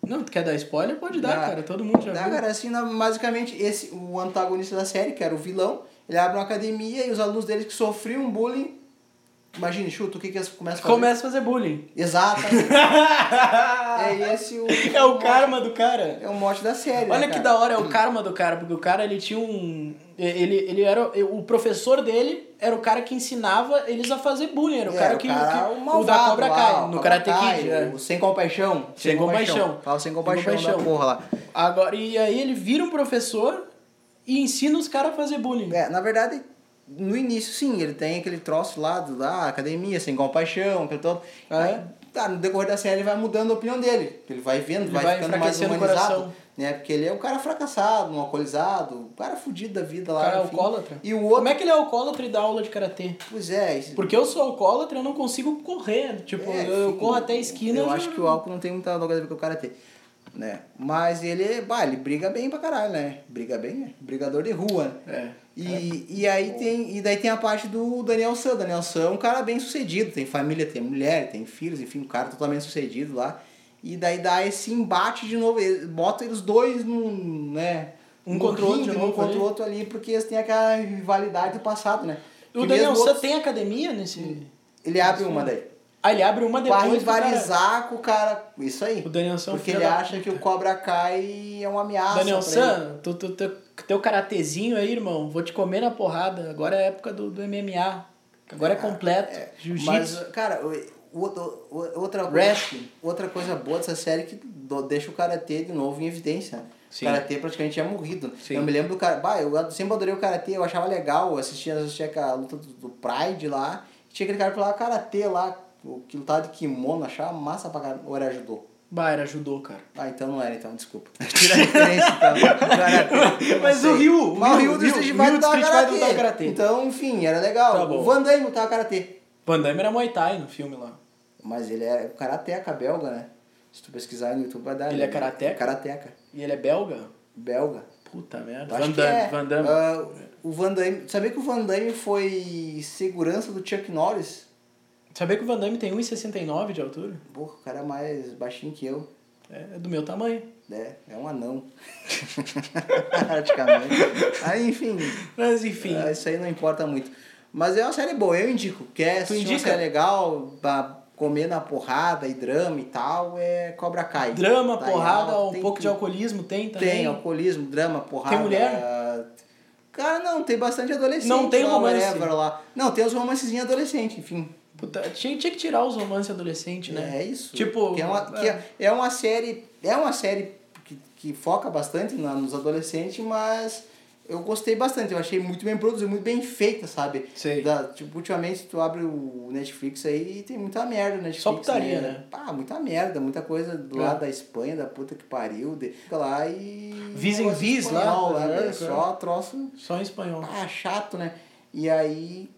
[SPEAKER 1] Não, tu quer dar spoiler? Pode dar,
[SPEAKER 2] Dá.
[SPEAKER 1] cara. Todo mundo já
[SPEAKER 2] Dá,
[SPEAKER 1] viu.
[SPEAKER 2] cara, assim, na- basicamente, esse, o antagonista da série, que era o vilão, ele abre uma academia e os alunos dele que sofriam um bullying. Imagine, chuta, o que que eles começam a fazer?
[SPEAKER 1] Começa a fazer bullying.
[SPEAKER 2] Exato. é esse o.
[SPEAKER 1] É o karma do cara.
[SPEAKER 2] É o mote da série. né,
[SPEAKER 1] Olha que
[SPEAKER 2] cara?
[SPEAKER 1] da hora é o karma do cara, porque o cara ele tinha um. Ele, ele era. O professor dele era o cara que ensinava eles a fazer bullying. Era o
[SPEAKER 2] É,
[SPEAKER 1] cara que. que-
[SPEAKER 2] o
[SPEAKER 1] o da
[SPEAKER 2] malvado
[SPEAKER 1] Cobra
[SPEAKER 2] lá,
[SPEAKER 1] Kai,
[SPEAKER 2] o
[SPEAKER 1] no
[SPEAKER 2] Cobra
[SPEAKER 1] Karate
[SPEAKER 2] Kai,
[SPEAKER 1] Kid. é.
[SPEAKER 2] o Sem compaixão.
[SPEAKER 1] Sem compaixão.
[SPEAKER 2] Fala sem
[SPEAKER 1] Sem
[SPEAKER 2] compaixão da
[SPEAKER 1] compaixão.
[SPEAKER 2] porra lá.
[SPEAKER 1] Agora, e aí ele vira um professor e ensina os caras a fazer bullying.
[SPEAKER 2] É, na verdade, no início, sim, ele tem aquele troço lá do- da academia, assim, sem compaixão, aquele todo.
[SPEAKER 1] Ah, é?
[SPEAKER 2] Aí, tá, no decorrer da série ele vai mudando a opinião dele. Ele vai vendo,
[SPEAKER 1] Ele
[SPEAKER 2] vai,
[SPEAKER 1] vai
[SPEAKER 2] ficando mais
[SPEAKER 1] enfraquecendo o
[SPEAKER 2] humanizado.
[SPEAKER 1] coração.
[SPEAKER 2] Né? Porque ele é um cara fracassado, um alcoolizado, um cara fudido da vida
[SPEAKER 1] O
[SPEAKER 2] lá.
[SPEAKER 1] cara é
[SPEAKER 2] enfim.
[SPEAKER 1] alcoólatra.
[SPEAKER 2] E o
[SPEAKER 1] Como
[SPEAKER 2] outro,
[SPEAKER 1] é que ele é alcoólatra e dá aula de karatê?
[SPEAKER 2] pois é, esse-
[SPEAKER 1] Porque eu sou alcoólatra eu não consigo correr. Tipo,
[SPEAKER 2] É,
[SPEAKER 1] eu
[SPEAKER 2] enfim,
[SPEAKER 1] corro até a esquina.
[SPEAKER 2] Eu
[SPEAKER 1] já-
[SPEAKER 2] acho que o álcool não tem muita coisa a ver com o karatê. Né? Mas ele, bah, ele briga bem pra caralho, né? Briga bem, né? Brigador de rua. né?
[SPEAKER 1] É.
[SPEAKER 2] E, e aí tem e daí tem a parte do Daniel San. Daniel San é um cara bem sucedido, tem família, tem mulher, tem filhos, enfim, um cara totalmente sucedido lá. E daí dá esse embate de novo, ele- bota eles dois num, né,
[SPEAKER 1] Um
[SPEAKER 2] num
[SPEAKER 1] contra o outro
[SPEAKER 2] ringue,
[SPEAKER 1] de
[SPEAKER 2] um
[SPEAKER 1] novo
[SPEAKER 2] contra o
[SPEAKER 1] ali.
[SPEAKER 2] outro ali, porque eles têm aquela rivalidade do passado, né?
[SPEAKER 1] O
[SPEAKER 2] Que
[SPEAKER 1] Daniel
[SPEAKER 2] mesmo
[SPEAKER 1] San
[SPEAKER 2] outros-
[SPEAKER 1] tem academia nesse.
[SPEAKER 2] ele abre uma daí.
[SPEAKER 1] Ah, ele abre uma depois.
[SPEAKER 2] Pra
[SPEAKER 1] do cara.
[SPEAKER 2] rivalizar com o cara. Isso aí.
[SPEAKER 1] O Daniel San é um
[SPEAKER 2] Porque
[SPEAKER 1] filho
[SPEAKER 2] ele
[SPEAKER 1] da
[SPEAKER 2] acha que o Cobra Kai é uma ameaça.
[SPEAKER 1] Daniel
[SPEAKER 2] pra ele.
[SPEAKER 1] San, tu, tu, teu, teu karatezinho aí, irmão, vou te comer na porrada. Agora é a época do, do MMA. Agora é completo.
[SPEAKER 2] Mas,
[SPEAKER 1] Jiu-jitsu.
[SPEAKER 2] cara, o- o- o- outra coisa,
[SPEAKER 1] Wrestling.
[SPEAKER 2] outra coisa boa dessa série é que do- deixa o Karatê de novo em evidência.
[SPEAKER 1] Sim.
[SPEAKER 2] O Karatê praticamente tinha morrido.
[SPEAKER 1] Sim.
[SPEAKER 2] Eu me lembro do cara. Bah, eu sempre adorei o Karatê, eu achava legal. Eu assistia, assistia aquela luta do, do Pride lá. Tinha aquele cara que falava Karatê lá, o que lutava de kimono, achava massa pra caralho. Ou era judô?
[SPEAKER 1] Bah, era judô, cara.
[SPEAKER 2] Ah, então não era, então, desculpa. Tira a referência, então. Karatê, não
[SPEAKER 1] Mas o
[SPEAKER 2] sei.
[SPEAKER 1] Ryu, o
[SPEAKER 2] Mas o
[SPEAKER 1] Ryu,
[SPEAKER 2] Ryu do
[SPEAKER 1] Ryu,
[SPEAKER 2] Street
[SPEAKER 1] Ryu
[SPEAKER 2] Fighter
[SPEAKER 1] do
[SPEAKER 2] tava
[SPEAKER 1] Street Fighter
[SPEAKER 2] karatê.
[SPEAKER 1] tava karatê.
[SPEAKER 2] Então, enfim, era legal.
[SPEAKER 1] Tá bom.
[SPEAKER 2] o Van Damme tava karatê.
[SPEAKER 1] Van Damme era Muay Thai no filme lá.
[SPEAKER 2] Mas ele é karateca belga, né? Se tu pesquisar no YouTube vai dar.
[SPEAKER 1] Ele é karateca?
[SPEAKER 2] Karateca.
[SPEAKER 1] E ele é belga?
[SPEAKER 2] Belga.
[SPEAKER 1] Puta merda.
[SPEAKER 2] Eu acho
[SPEAKER 1] Van
[SPEAKER 2] que
[SPEAKER 1] Damme,
[SPEAKER 2] é.
[SPEAKER 1] Van Damme.
[SPEAKER 2] Ah, o Van Damme. Sabia que o Van Damme foi segurança do Chuck Norris?
[SPEAKER 1] Sabia que o Van Damme tem 1,69 de altura?
[SPEAKER 2] Porra, o cara é mais baixinho que eu.
[SPEAKER 1] É é do meu tamanho.
[SPEAKER 2] É, é um anão. Praticamente. Aí, enfim,
[SPEAKER 1] Mas enfim.
[SPEAKER 2] ah, isso aí não importa muito. Mas é uma série boa, eu indico. Quer
[SPEAKER 1] Tu
[SPEAKER 2] assistir uma
[SPEAKER 1] indica?
[SPEAKER 2] série legal, pra comer na porrada e drama e tal, é Cobra Kai.
[SPEAKER 1] Drama,
[SPEAKER 2] Tá em
[SPEAKER 1] porrada,
[SPEAKER 2] alta,
[SPEAKER 1] um
[SPEAKER 2] tem
[SPEAKER 1] pouco de
[SPEAKER 2] tudo.
[SPEAKER 1] alcoolismo tem também.
[SPEAKER 2] Tem alcoolismo, drama, porrada.
[SPEAKER 1] Tem mulher?
[SPEAKER 2] ah, Cara, não, tem bastante adolescente.
[SPEAKER 1] Não tem
[SPEAKER 2] lá,
[SPEAKER 1] romance.
[SPEAKER 2] whatever Lá. Não, tem os romancezinhos adolescentes, enfim.
[SPEAKER 1] Puta, tinha, tinha que tirar os romances adolescentes, né?
[SPEAKER 2] É isso.
[SPEAKER 1] Tipo,
[SPEAKER 2] que é uma, que é, é uma série, é uma série que, que foca bastante na- nos adolescentes, mas eu gostei bastante. Eu achei muito bem produzida, muito bem feita, sabe?
[SPEAKER 1] Sei.
[SPEAKER 2] Da- tipo, ultimamente tu abre o Netflix aí e tem muita merda no Netflix.
[SPEAKER 1] Só putaria, né?
[SPEAKER 2] Ah, muita merda, muita coisa do
[SPEAKER 1] É.
[SPEAKER 2] lado da Espanha, da puta que pariu, de lá e
[SPEAKER 1] Vis em vis lá,
[SPEAKER 2] Espanhol,
[SPEAKER 1] tá
[SPEAKER 2] né?
[SPEAKER 1] ligado?
[SPEAKER 2] Só troço
[SPEAKER 1] Só em espanhol.
[SPEAKER 2] ah, chato, né? E aí.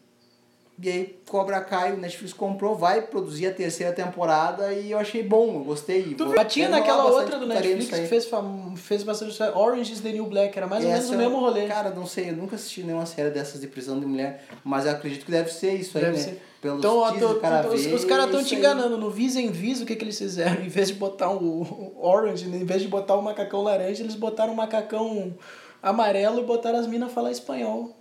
[SPEAKER 2] E aí, Cobra Kai, o Netflix comprou, vai produzir a terceira temporada e eu achei bom, eu gostei.
[SPEAKER 1] Tu
[SPEAKER 2] Vou-
[SPEAKER 1] viu? Tinha
[SPEAKER 2] vou
[SPEAKER 1] naquela
[SPEAKER 2] rolar bastante
[SPEAKER 1] outra do
[SPEAKER 2] putaria
[SPEAKER 1] Netflix
[SPEAKER 2] nisso aí.
[SPEAKER 1] que fez, fam- fez bastante sucesso. Orange is the New Black, era mais ou menos
[SPEAKER 2] Essa
[SPEAKER 1] o
[SPEAKER 2] eu-
[SPEAKER 1] mesmo rolê.
[SPEAKER 2] Cara, não sei, eu nunca assisti nenhuma série dessas de prisão de mulher, mas eu acredito que deve ser isso aí,
[SPEAKER 1] Deve
[SPEAKER 2] né?
[SPEAKER 1] ser.
[SPEAKER 2] Pelos
[SPEAKER 1] Então, ó,
[SPEAKER 2] teasers
[SPEAKER 1] tô-
[SPEAKER 2] do cara
[SPEAKER 1] tô- os,
[SPEAKER 2] vê,
[SPEAKER 1] os caras estão
[SPEAKER 2] isso
[SPEAKER 1] te
[SPEAKER 2] aí.
[SPEAKER 1] enganando. No Vis em Vis, o que, que eles fizeram? Em vez de botar o, o Orange, né? em vez de botar o macacão laranja, eles botaram o macacão amarelo e botaram as minas falar espanhol.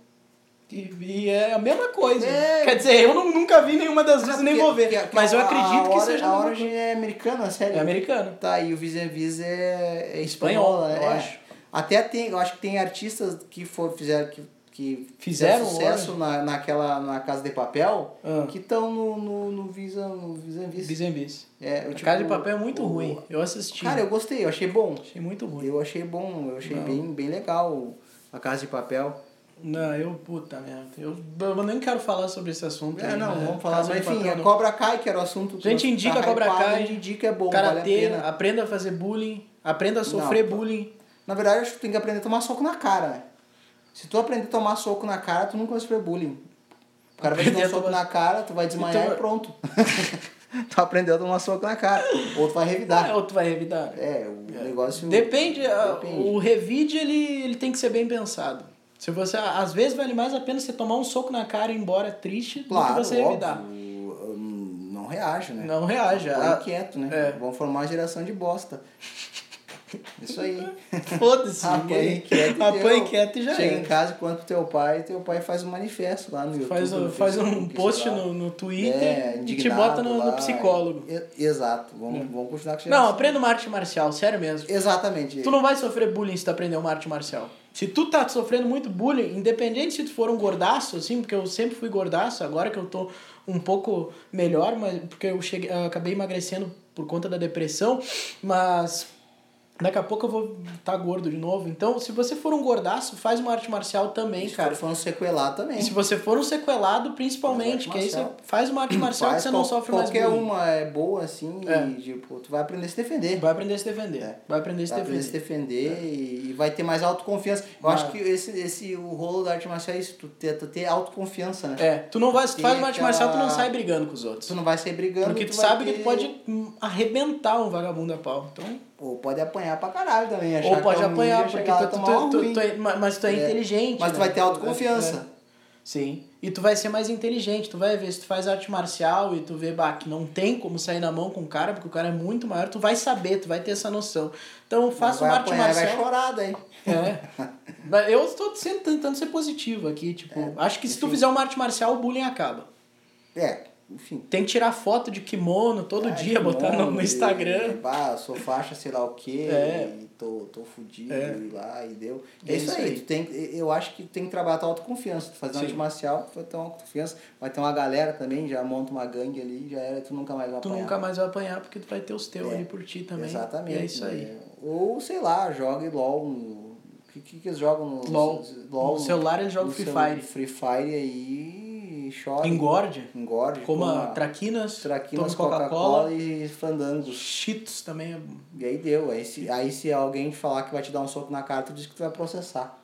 [SPEAKER 1] E, e é a mesma coisa.
[SPEAKER 2] É. Ah,
[SPEAKER 1] Quer dizer, eu não- nunca vi nenhuma das duas e nem vou ver.
[SPEAKER 2] Porque- porque
[SPEAKER 1] mas eu
[SPEAKER 2] a-
[SPEAKER 1] acredito que
[SPEAKER 2] a Orange-
[SPEAKER 1] seja.
[SPEAKER 2] A
[SPEAKER 1] a mesma
[SPEAKER 2] Orange é americana, a série?
[SPEAKER 1] coisa. É americano.
[SPEAKER 2] Tá, e o Vis en Vis é, é
[SPEAKER 1] Espanhola,
[SPEAKER 2] espanhola, né?
[SPEAKER 1] eu
[SPEAKER 2] É.
[SPEAKER 1] acho.
[SPEAKER 2] Até tem, eu acho que tem artistas que for, fizeram que, que
[SPEAKER 1] Fizeram
[SPEAKER 2] sucesso na, naquela na Casa de Papel
[SPEAKER 1] Ah.
[SPEAKER 2] que estão no, no, no Vis en- no Vis en Vis.
[SPEAKER 1] Vis em Vis.
[SPEAKER 2] É,
[SPEAKER 1] A
[SPEAKER 2] eu, tipo,
[SPEAKER 1] Casa de Papel é muito
[SPEAKER 2] o-
[SPEAKER 1] ruim. Eu assisti.
[SPEAKER 2] Cara, eu gostei, eu achei bom.
[SPEAKER 1] Achei muito ruim.
[SPEAKER 2] Eu achei bom, eu achei
[SPEAKER 1] Não.
[SPEAKER 2] bem, bem legal a Casa de Papel.
[SPEAKER 1] Não, eu, puta merda. Eu, eu nem quero falar sobre esse assunto.
[SPEAKER 2] É,
[SPEAKER 1] aí,
[SPEAKER 2] não,
[SPEAKER 1] né?
[SPEAKER 2] vamos falar,
[SPEAKER 1] Casa
[SPEAKER 2] mas
[SPEAKER 1] de
[SPEAKER 2] enfim,
[SPEAKER 1] Papel
[SPEAKER 2] a
[SPEAKER 1] não.
[SPEAKER 2] Cobra Kai, que era o assunto que
[SPEAKER 1] A gente
[SPEAKER 2] nós-
[SPEAKER 1] indica
[SPEAKER 2] tá
[SPEAKER 1] a Cobra
[SPEAKER 2] hypado,
[SPEAKER 1] Kai,
[SPEAKER 2] a gente indica, é bom, vale a
[SPEAKER 1] Karatê,
[SPEAKER 2] pena.
[SPEAKER 1] aprenda a fazer bullying, aprenda a sofrer bullying.
[SPEAKER 2] Na verdade, eu acho que tu tem que aprender a tomar soco na cara. né? Se tu aprender a tomar soco na cara, tu nunca vai sofrer bullying. O cara vai te dar
[SPEAKER 1] Aprender
[SPEAKER 2] um
[SPEAKER 1] a
[SPEAKER 2] soco
[SPEAKER 1] tomar- Então
[SPEAKER 2] na cara, tu vai desmaiar
[SPEAKER 1] E
[SPEAKER 2] e,
[SPEAKER 1] tu-
[SPEAKER 2] pronto. tu aprendeu a tomar soco na cara. Ou tu vai
[SPEAKER 1] Ah,
[SPEAKER 2] revidar.
[SPEAKER 1] outro vai revidar.
[SPEAKER 2] tá. É, o negócio...
[SPEAKER 1] Depende, a-
[SPEAKER 2] Depende.
[SPEAKER 1] o revide ele, ele tem que ser bem pensado. Se você, às vezes vale mais a pena você tomar um soco na cara e ir embora triste do que
[SPEAKER 2] Claro,
[SPEAKER 1] você revidar.
[SPEAKER 2] óbvio. hum, Não reage, né?
[SPEAKER 1] Não reage,
[SPEAKER 2] Tá
[SPEAKER 1] a-
[SPEAKER 2] quieto, né?
[SPEAKER 1] é.
[SPEAKER 2] Vão formar uma geração de bosta. Isso aí.
[SPEAKER 1] Foda-se,
[SPEAKER 2] Apanha
[SPEAKER 1] ninguém.
[SPEAKER 2] quieto. e
[SPEAKER 1] apanha
[SPEAKER 2] deu.
[SPEAKER 1] quieto e já
[SPEAKER 2] Chega em
[SPEAKER 1] é.
[SPEAKER 2] casa, conta pro teu pai, teu pai faz um manifesto lá no YouTube.
[SPEAKER 1] Faz, um-
[SPEAKER 2] no
[SPEAKER 1] faz um
[SPEAKER 2] Facebook,
[SPEAKER 1] post
[SPEAKER 2] sei lá.
[SPEAKER 1] no, no Twitter
[SPEAKER 2] É,
[SPEAKER 1] e te
[SPEAKER 2] indignado
[SPEAKER 1] bota no, no
[SPEAKER 2] lá.
[SPEAKER 1] psicólogo. Né.
[SPEAKER 2] E- Exato, vamos, vamos continuar com essa
[SPEAKER 1] Não,
[SPEAKER 2] geração.
[SPEAKER 1] aprenda uma arte marcial, sério mesmo.
[SPEAKER 2] Exatamente.
[SPEAKER 1] Tu não vai sofrer bullying se tu aprender uma arte marcial. Se tu tá sofrendo muito bullying, independente se tu for um gordaço, assim, porque eu sempre fui gordaço, agora que eu tô um pouco melhor, mas porque eu cheguei, eu acabei emagrecendo por conta da depressão, mas daqui a pouco eu vou estar tá gordo de novo. Então, se você for um gordaço, faz uma arte marcial também,
[SPEAKER 2] Os
[SPEAKER 1] cara.
[SPEAKER 2] caras foram um sequelar também.
[SPEAKER 1] E se você for um sequelado,
[SPEAKER 2] Faz
[SPEAKER 1] principalmente,
[SPEAKER 2] uma
[SPEAKER 1] que aí você
[SPEAKER 2] marcial.
[SPEAKER 1] faz uma arte marcial que você não
[SPEAKER 2] qual-
[SPEAKER 1] sofre mais
[SPEAKER 2] qualquer
[SPEAKER 1] bullying.
[SPEAKER 2] uma é boa assim
[SPEAKER 1] É.
[SPEAKER 2] e tipo, tu vai aprender a se defender.
[SPEAKER 1] Vai aprender a se defender.
[SPEAKER 2] É.
[SPEAKER 1] Vai aprender a se
[SPEAKER 2] Vai aprender a
[SPEAKER 1] defender.
[SPEAKER 2] se defender e, e vai ter mais autoconfiança. Eu
[SPEAKER 1] Vai.
[SPEAKER 2] acho que esse, esse o rolo da arte marcial é isso, tu ter, tu ter autoconfiança, né?
[SPEAKER 1] É, tu não vai, se tu faz
[SPEAKER 2] Tem
[SPEAKER 1] uma arte
[SPEAKER 2] aquela-
[SPEAKER 1] marcial, tu não sai brigando com os outros.
[SPEAKER 2] Tu não vai sair brigando.
[SPEAKER 1] Porque tu
[SPEAKER 2] vai
[SPEAKER 1] sabe que
[SPEAKER 2] ter-
[SPEAKER 1] tu pode hum, arrebentar um vagabundo a pau. Então,
[SPEAKER 2] Ou pode apanhar pra caralho também. achar
[SPEAKER 1] ou
[SPEAKER 2] que
[SPEAKER 1] pode
[SPEAKER 2] é um
[SPEAKER 1] apanhar, porque
[SPEAKER 2] ninja, chegar lá
[SPEAKER 1] tu,
[SPEAKER 2] e
[SPEAKER 1] tu,
[SPEAKER 2] tomar um
[SPEAKER 1] tu, tu,
[SPEAKER 2] ruim.
[SPEAKER 1] é- ma- mas tu é,
[SPEAKER 2] É.
[SPEAKER 1] inteligente.
[SPEAKER 2] Mas tu
[SPEAKER 1] né?
[SPEAKER 2] vai ter autoconfiança.
[SPEAKER 1] É. Sim. E tu vai ser mais inteligente, tu vai ver, se tu faz arte marcial e tu vê bah, que não tem como sair na mão com o cara, porque o cara é muito maior, tu vai saber, tu vai ter essa noção. Então faça
[SPEAKER 2] Vai
[SPEAKER 1] uma arte
[SPEAKER 2] apanhar e vai
[SPEAKER 1] marcial.
[SPEAKER 2] chorar daí.
[SPEAKER 1] É. Mas Eu estou sendo- tentando ser positivo aqui, tipo, acho que se tu fizer uma arte marcial, o bullying acaba.
[SPEAKER 2] É, enfim.
[SPEAKER 1] Tem que tirar foto de kimono todo
[SPEAKER 2] Ah,
[SPEAKER 1] dia,
[SPEAKER 2] que
[SPEAKER 1] botar no, no
[SPEAKER 2] nome,
[SPEAKER 1] Instagram.
[SPEAKER 2] Ah, sou faixa, sei lá o quê,
[SPEAKER 1] É.
[SPEAKER 2] e tô, tô fudido,
[SPEAKER 1] É.
[SPEAKER 2] e lá, e deu.
[SPEAKER 1] É
[SPEAKER 2] É, isso
[SPEAKER 1] isso
[SPEAKER 2] aí,
[SPEAKER 1] aí.
[SPEAKER 2] Tu tem, eu acho que tem que trabalhar a tua autoconfiança. Tu fazer uma
[SPEAKER 1] Sim.
[SPEAKER 2] arte marcial, tu vai ter uma autoconfiança, vai ter uma galera também, já monta uma gangue ali, já era, tu nunca mais vai
[SPEAKER 1] Tu
[SPEAKER 2] apanhar.
[SPEAKER 1] nunca mais vai apanhar porque tu vai ter os teus
[SPEAKER 2] É,
[SPEAKER 1] ali por ti também.
[SPEAKER 2] Exatamente.
[SPEAKER 1] E é isso aí.
[SPEAKER 2] né? Ou, sei lá, joga LOL no... O que, que, que eles jogam no...
[SPEAKER 1] LOL.
[SPEAKER 2] LOL
[SPEAKER 1] No celular eles jogam
[SPEAKER 2] no
[SPEAKER 1] Free
[SPEAKER 2] seu-
[SPEAKER 1] Fire.
[SPEAKER 2] Free Fire aí e chora.
[SPEAKER 1] Engorde,
[SPEAKER 2] Engorde.
[SPEAKER 1] coma
[SPEAKER 2] coma
[SPEAKER 1] traquinas,
[SPEAKER 2] traquinas,
[SPEAKER 1] toma Coca-Cola.
[SPEAKER 2] Coca-Cola e fandangos.
[SPEAKER 1] Cheetos também é.
[SPEAKER 2] E aí deu. Aí se, aí se alguém te falar que vai te dar um soco na cara, tu diz que tu vai processar.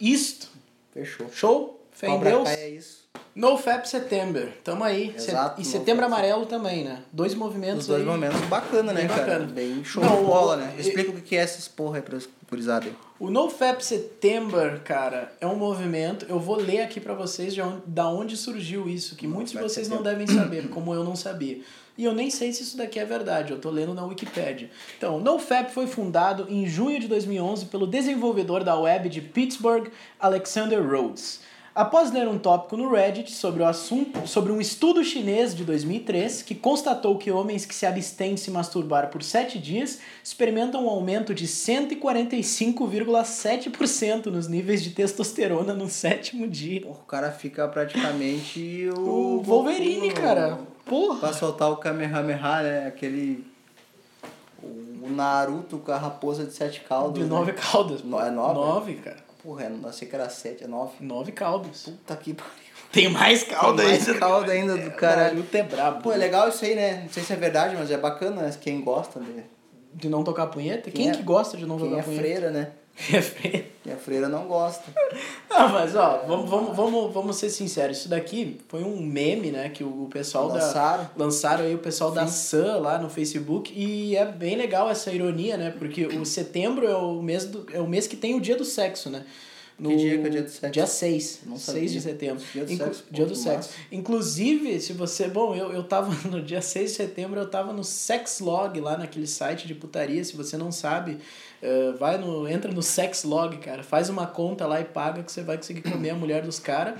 [SPEAKER 1] Isto.
[SPEAKER 2] Fechou.
[SPEAKER 1] Show? Fé em
[SPEAKER 2] Cobra
[SPEAKER 1] Deus.
[SPEAKER 2] Kai é isso.
[SPEAKER 1] NoFap September, tamo aí.
[SPEAKER 2] Exato,
[SPEAKER 1] e
[SPEAKER 2] No
[SPEAKER 1] Setembro
[SPEAKER 2] Fap.
[SPEAKER 1] Amarelo também, né? Dois movimentos
[SPEAKER 2] Os dois
[SPEAKER 1] aí.
[SPEAKER 2] momentos bacana, né,
[SPEAKER 1] Bem
[SPEAKER 2] cara?
[SPEAKER 1] bacana.
[SPEAKER 2] Bem show
[SPEAKER 1] Não,
[SPEAKER 2] de bola,
[SPEAKER 1] o-
[SPEAKER 2] né?
[SPEAKER 1] e-
[SPEAKER 2] Explica o que é essas porra aí pra gurizada aí.
[SPEAKER 1] O NoFap September, cara, é um movimento. Eu vou ler aqui pra vocês de onde, da onde surgiu isso, que muitos de
[SPEAKER 2] NoFap
[SPEAKER 1] vocês não devem saber, como eu não sabia. E eu nem sei se isso daqui é verdade, eu tô lendo na Wikipédia. Então, o NoFap foi fundado em junho de 2011 pelo desenvolvedor da web de Pittsburgh, Alexander Rhodes. Após ler um tópico no Reddit sobre o assunto, sobre um estudo chinês de 2003 que constatou que homens que se abstêm de se masturbar por 7 dias experimentam um aumento de 145,7% nos níveis de testosterona no sétimo dia.
[SPEAKER 2] Porra, o cara fica praticamente o.
[SPEAKER 1] O Wolverine,
[SPEAKER 2] o-
[SPEAKER 1] cara. Porra.
[SPEAKER 2] Pra soltar o Kamehameha, né? Aquele. O Naruto com a raposa de sete caudas.
[SPEAKER 1] De nove
[SPEAKER 2] né?
[SPEAKER 1] caudas.
[SPEAKER 2] No- é nove?
[SPEAKER 1] Nove, cara.
[SPEAKER 2] Porra, é, não sei que era sete, é nove.
[SPEAKER 1] Nove caudas.
[SPEAKER 2] Puta que pariu.
[SPEAKER 1] Tem mais cauda
[SPEAKER 2] Mais
[SPEAKER 1] ainda.
[SPEAKER 2] cauda ainda do caralho.
[SPEAKER 1] Naruto é brabo.
[SPEAKER 2] Pô, é legal isso aí, né? Não sei se é verdade, mas é bacana, né? Quem gosta, né?
[SPEAKER 1] De não tocar punheta?
[SPEAKER 2] Quem
[SPEAKER 1] Quem,
[SPEAKER 2] é-
[SPEAKER 1] que gosta de não
[SPEAKER 2] Quem
[SPEAKER 1] tocar
[SPEAKER 2] é
[SPEAKER 1] punheta?
[SPEAKER 2] freira, né?
[SPEAKER 1] Quem é freio?
[SPEAKER 2] Quem é freira não gosta.
[SPEAKER 1] Não, mas ó, vamos, vamos, vamos, vamos ser sinceros. Isso daqui foi um meme, né? Que o pessoal
[SPEAKER 2] Lançaram.
[SPEAKER 1] da. Lançaram aí o pessoal da Sun lá no Facebook. E é bem legal essa ironia, né? Porque o setembro é o mês, do, é o mês que tem o dia do sexo, né?
[SPEAKER 2] Que dia que é o dia do sexo?
[SPEAKER 1] Dia 6.
[SPEAKER 2] Não sabia.
[SPEAKER 1] 6 de setembro.
[SPEAKER 2] Dia do
[SPEAKER 1] Inclu-
[SPEAKER 2] sexo, pô,
[SPEAKER 1] dia do
[SPEAKER 2] que
[SPEAKER 1] sexo. Inclusive, se você. Bom, eu, eu tava no dia 6 de setembro, eu tava no Sexlog, lá naquele site de putaria. Se você não sabe, eh, vai no. Entra no Sexlog, cara. Faz uma conta lá e paga que você vai conseguir comer a mulher dos caras.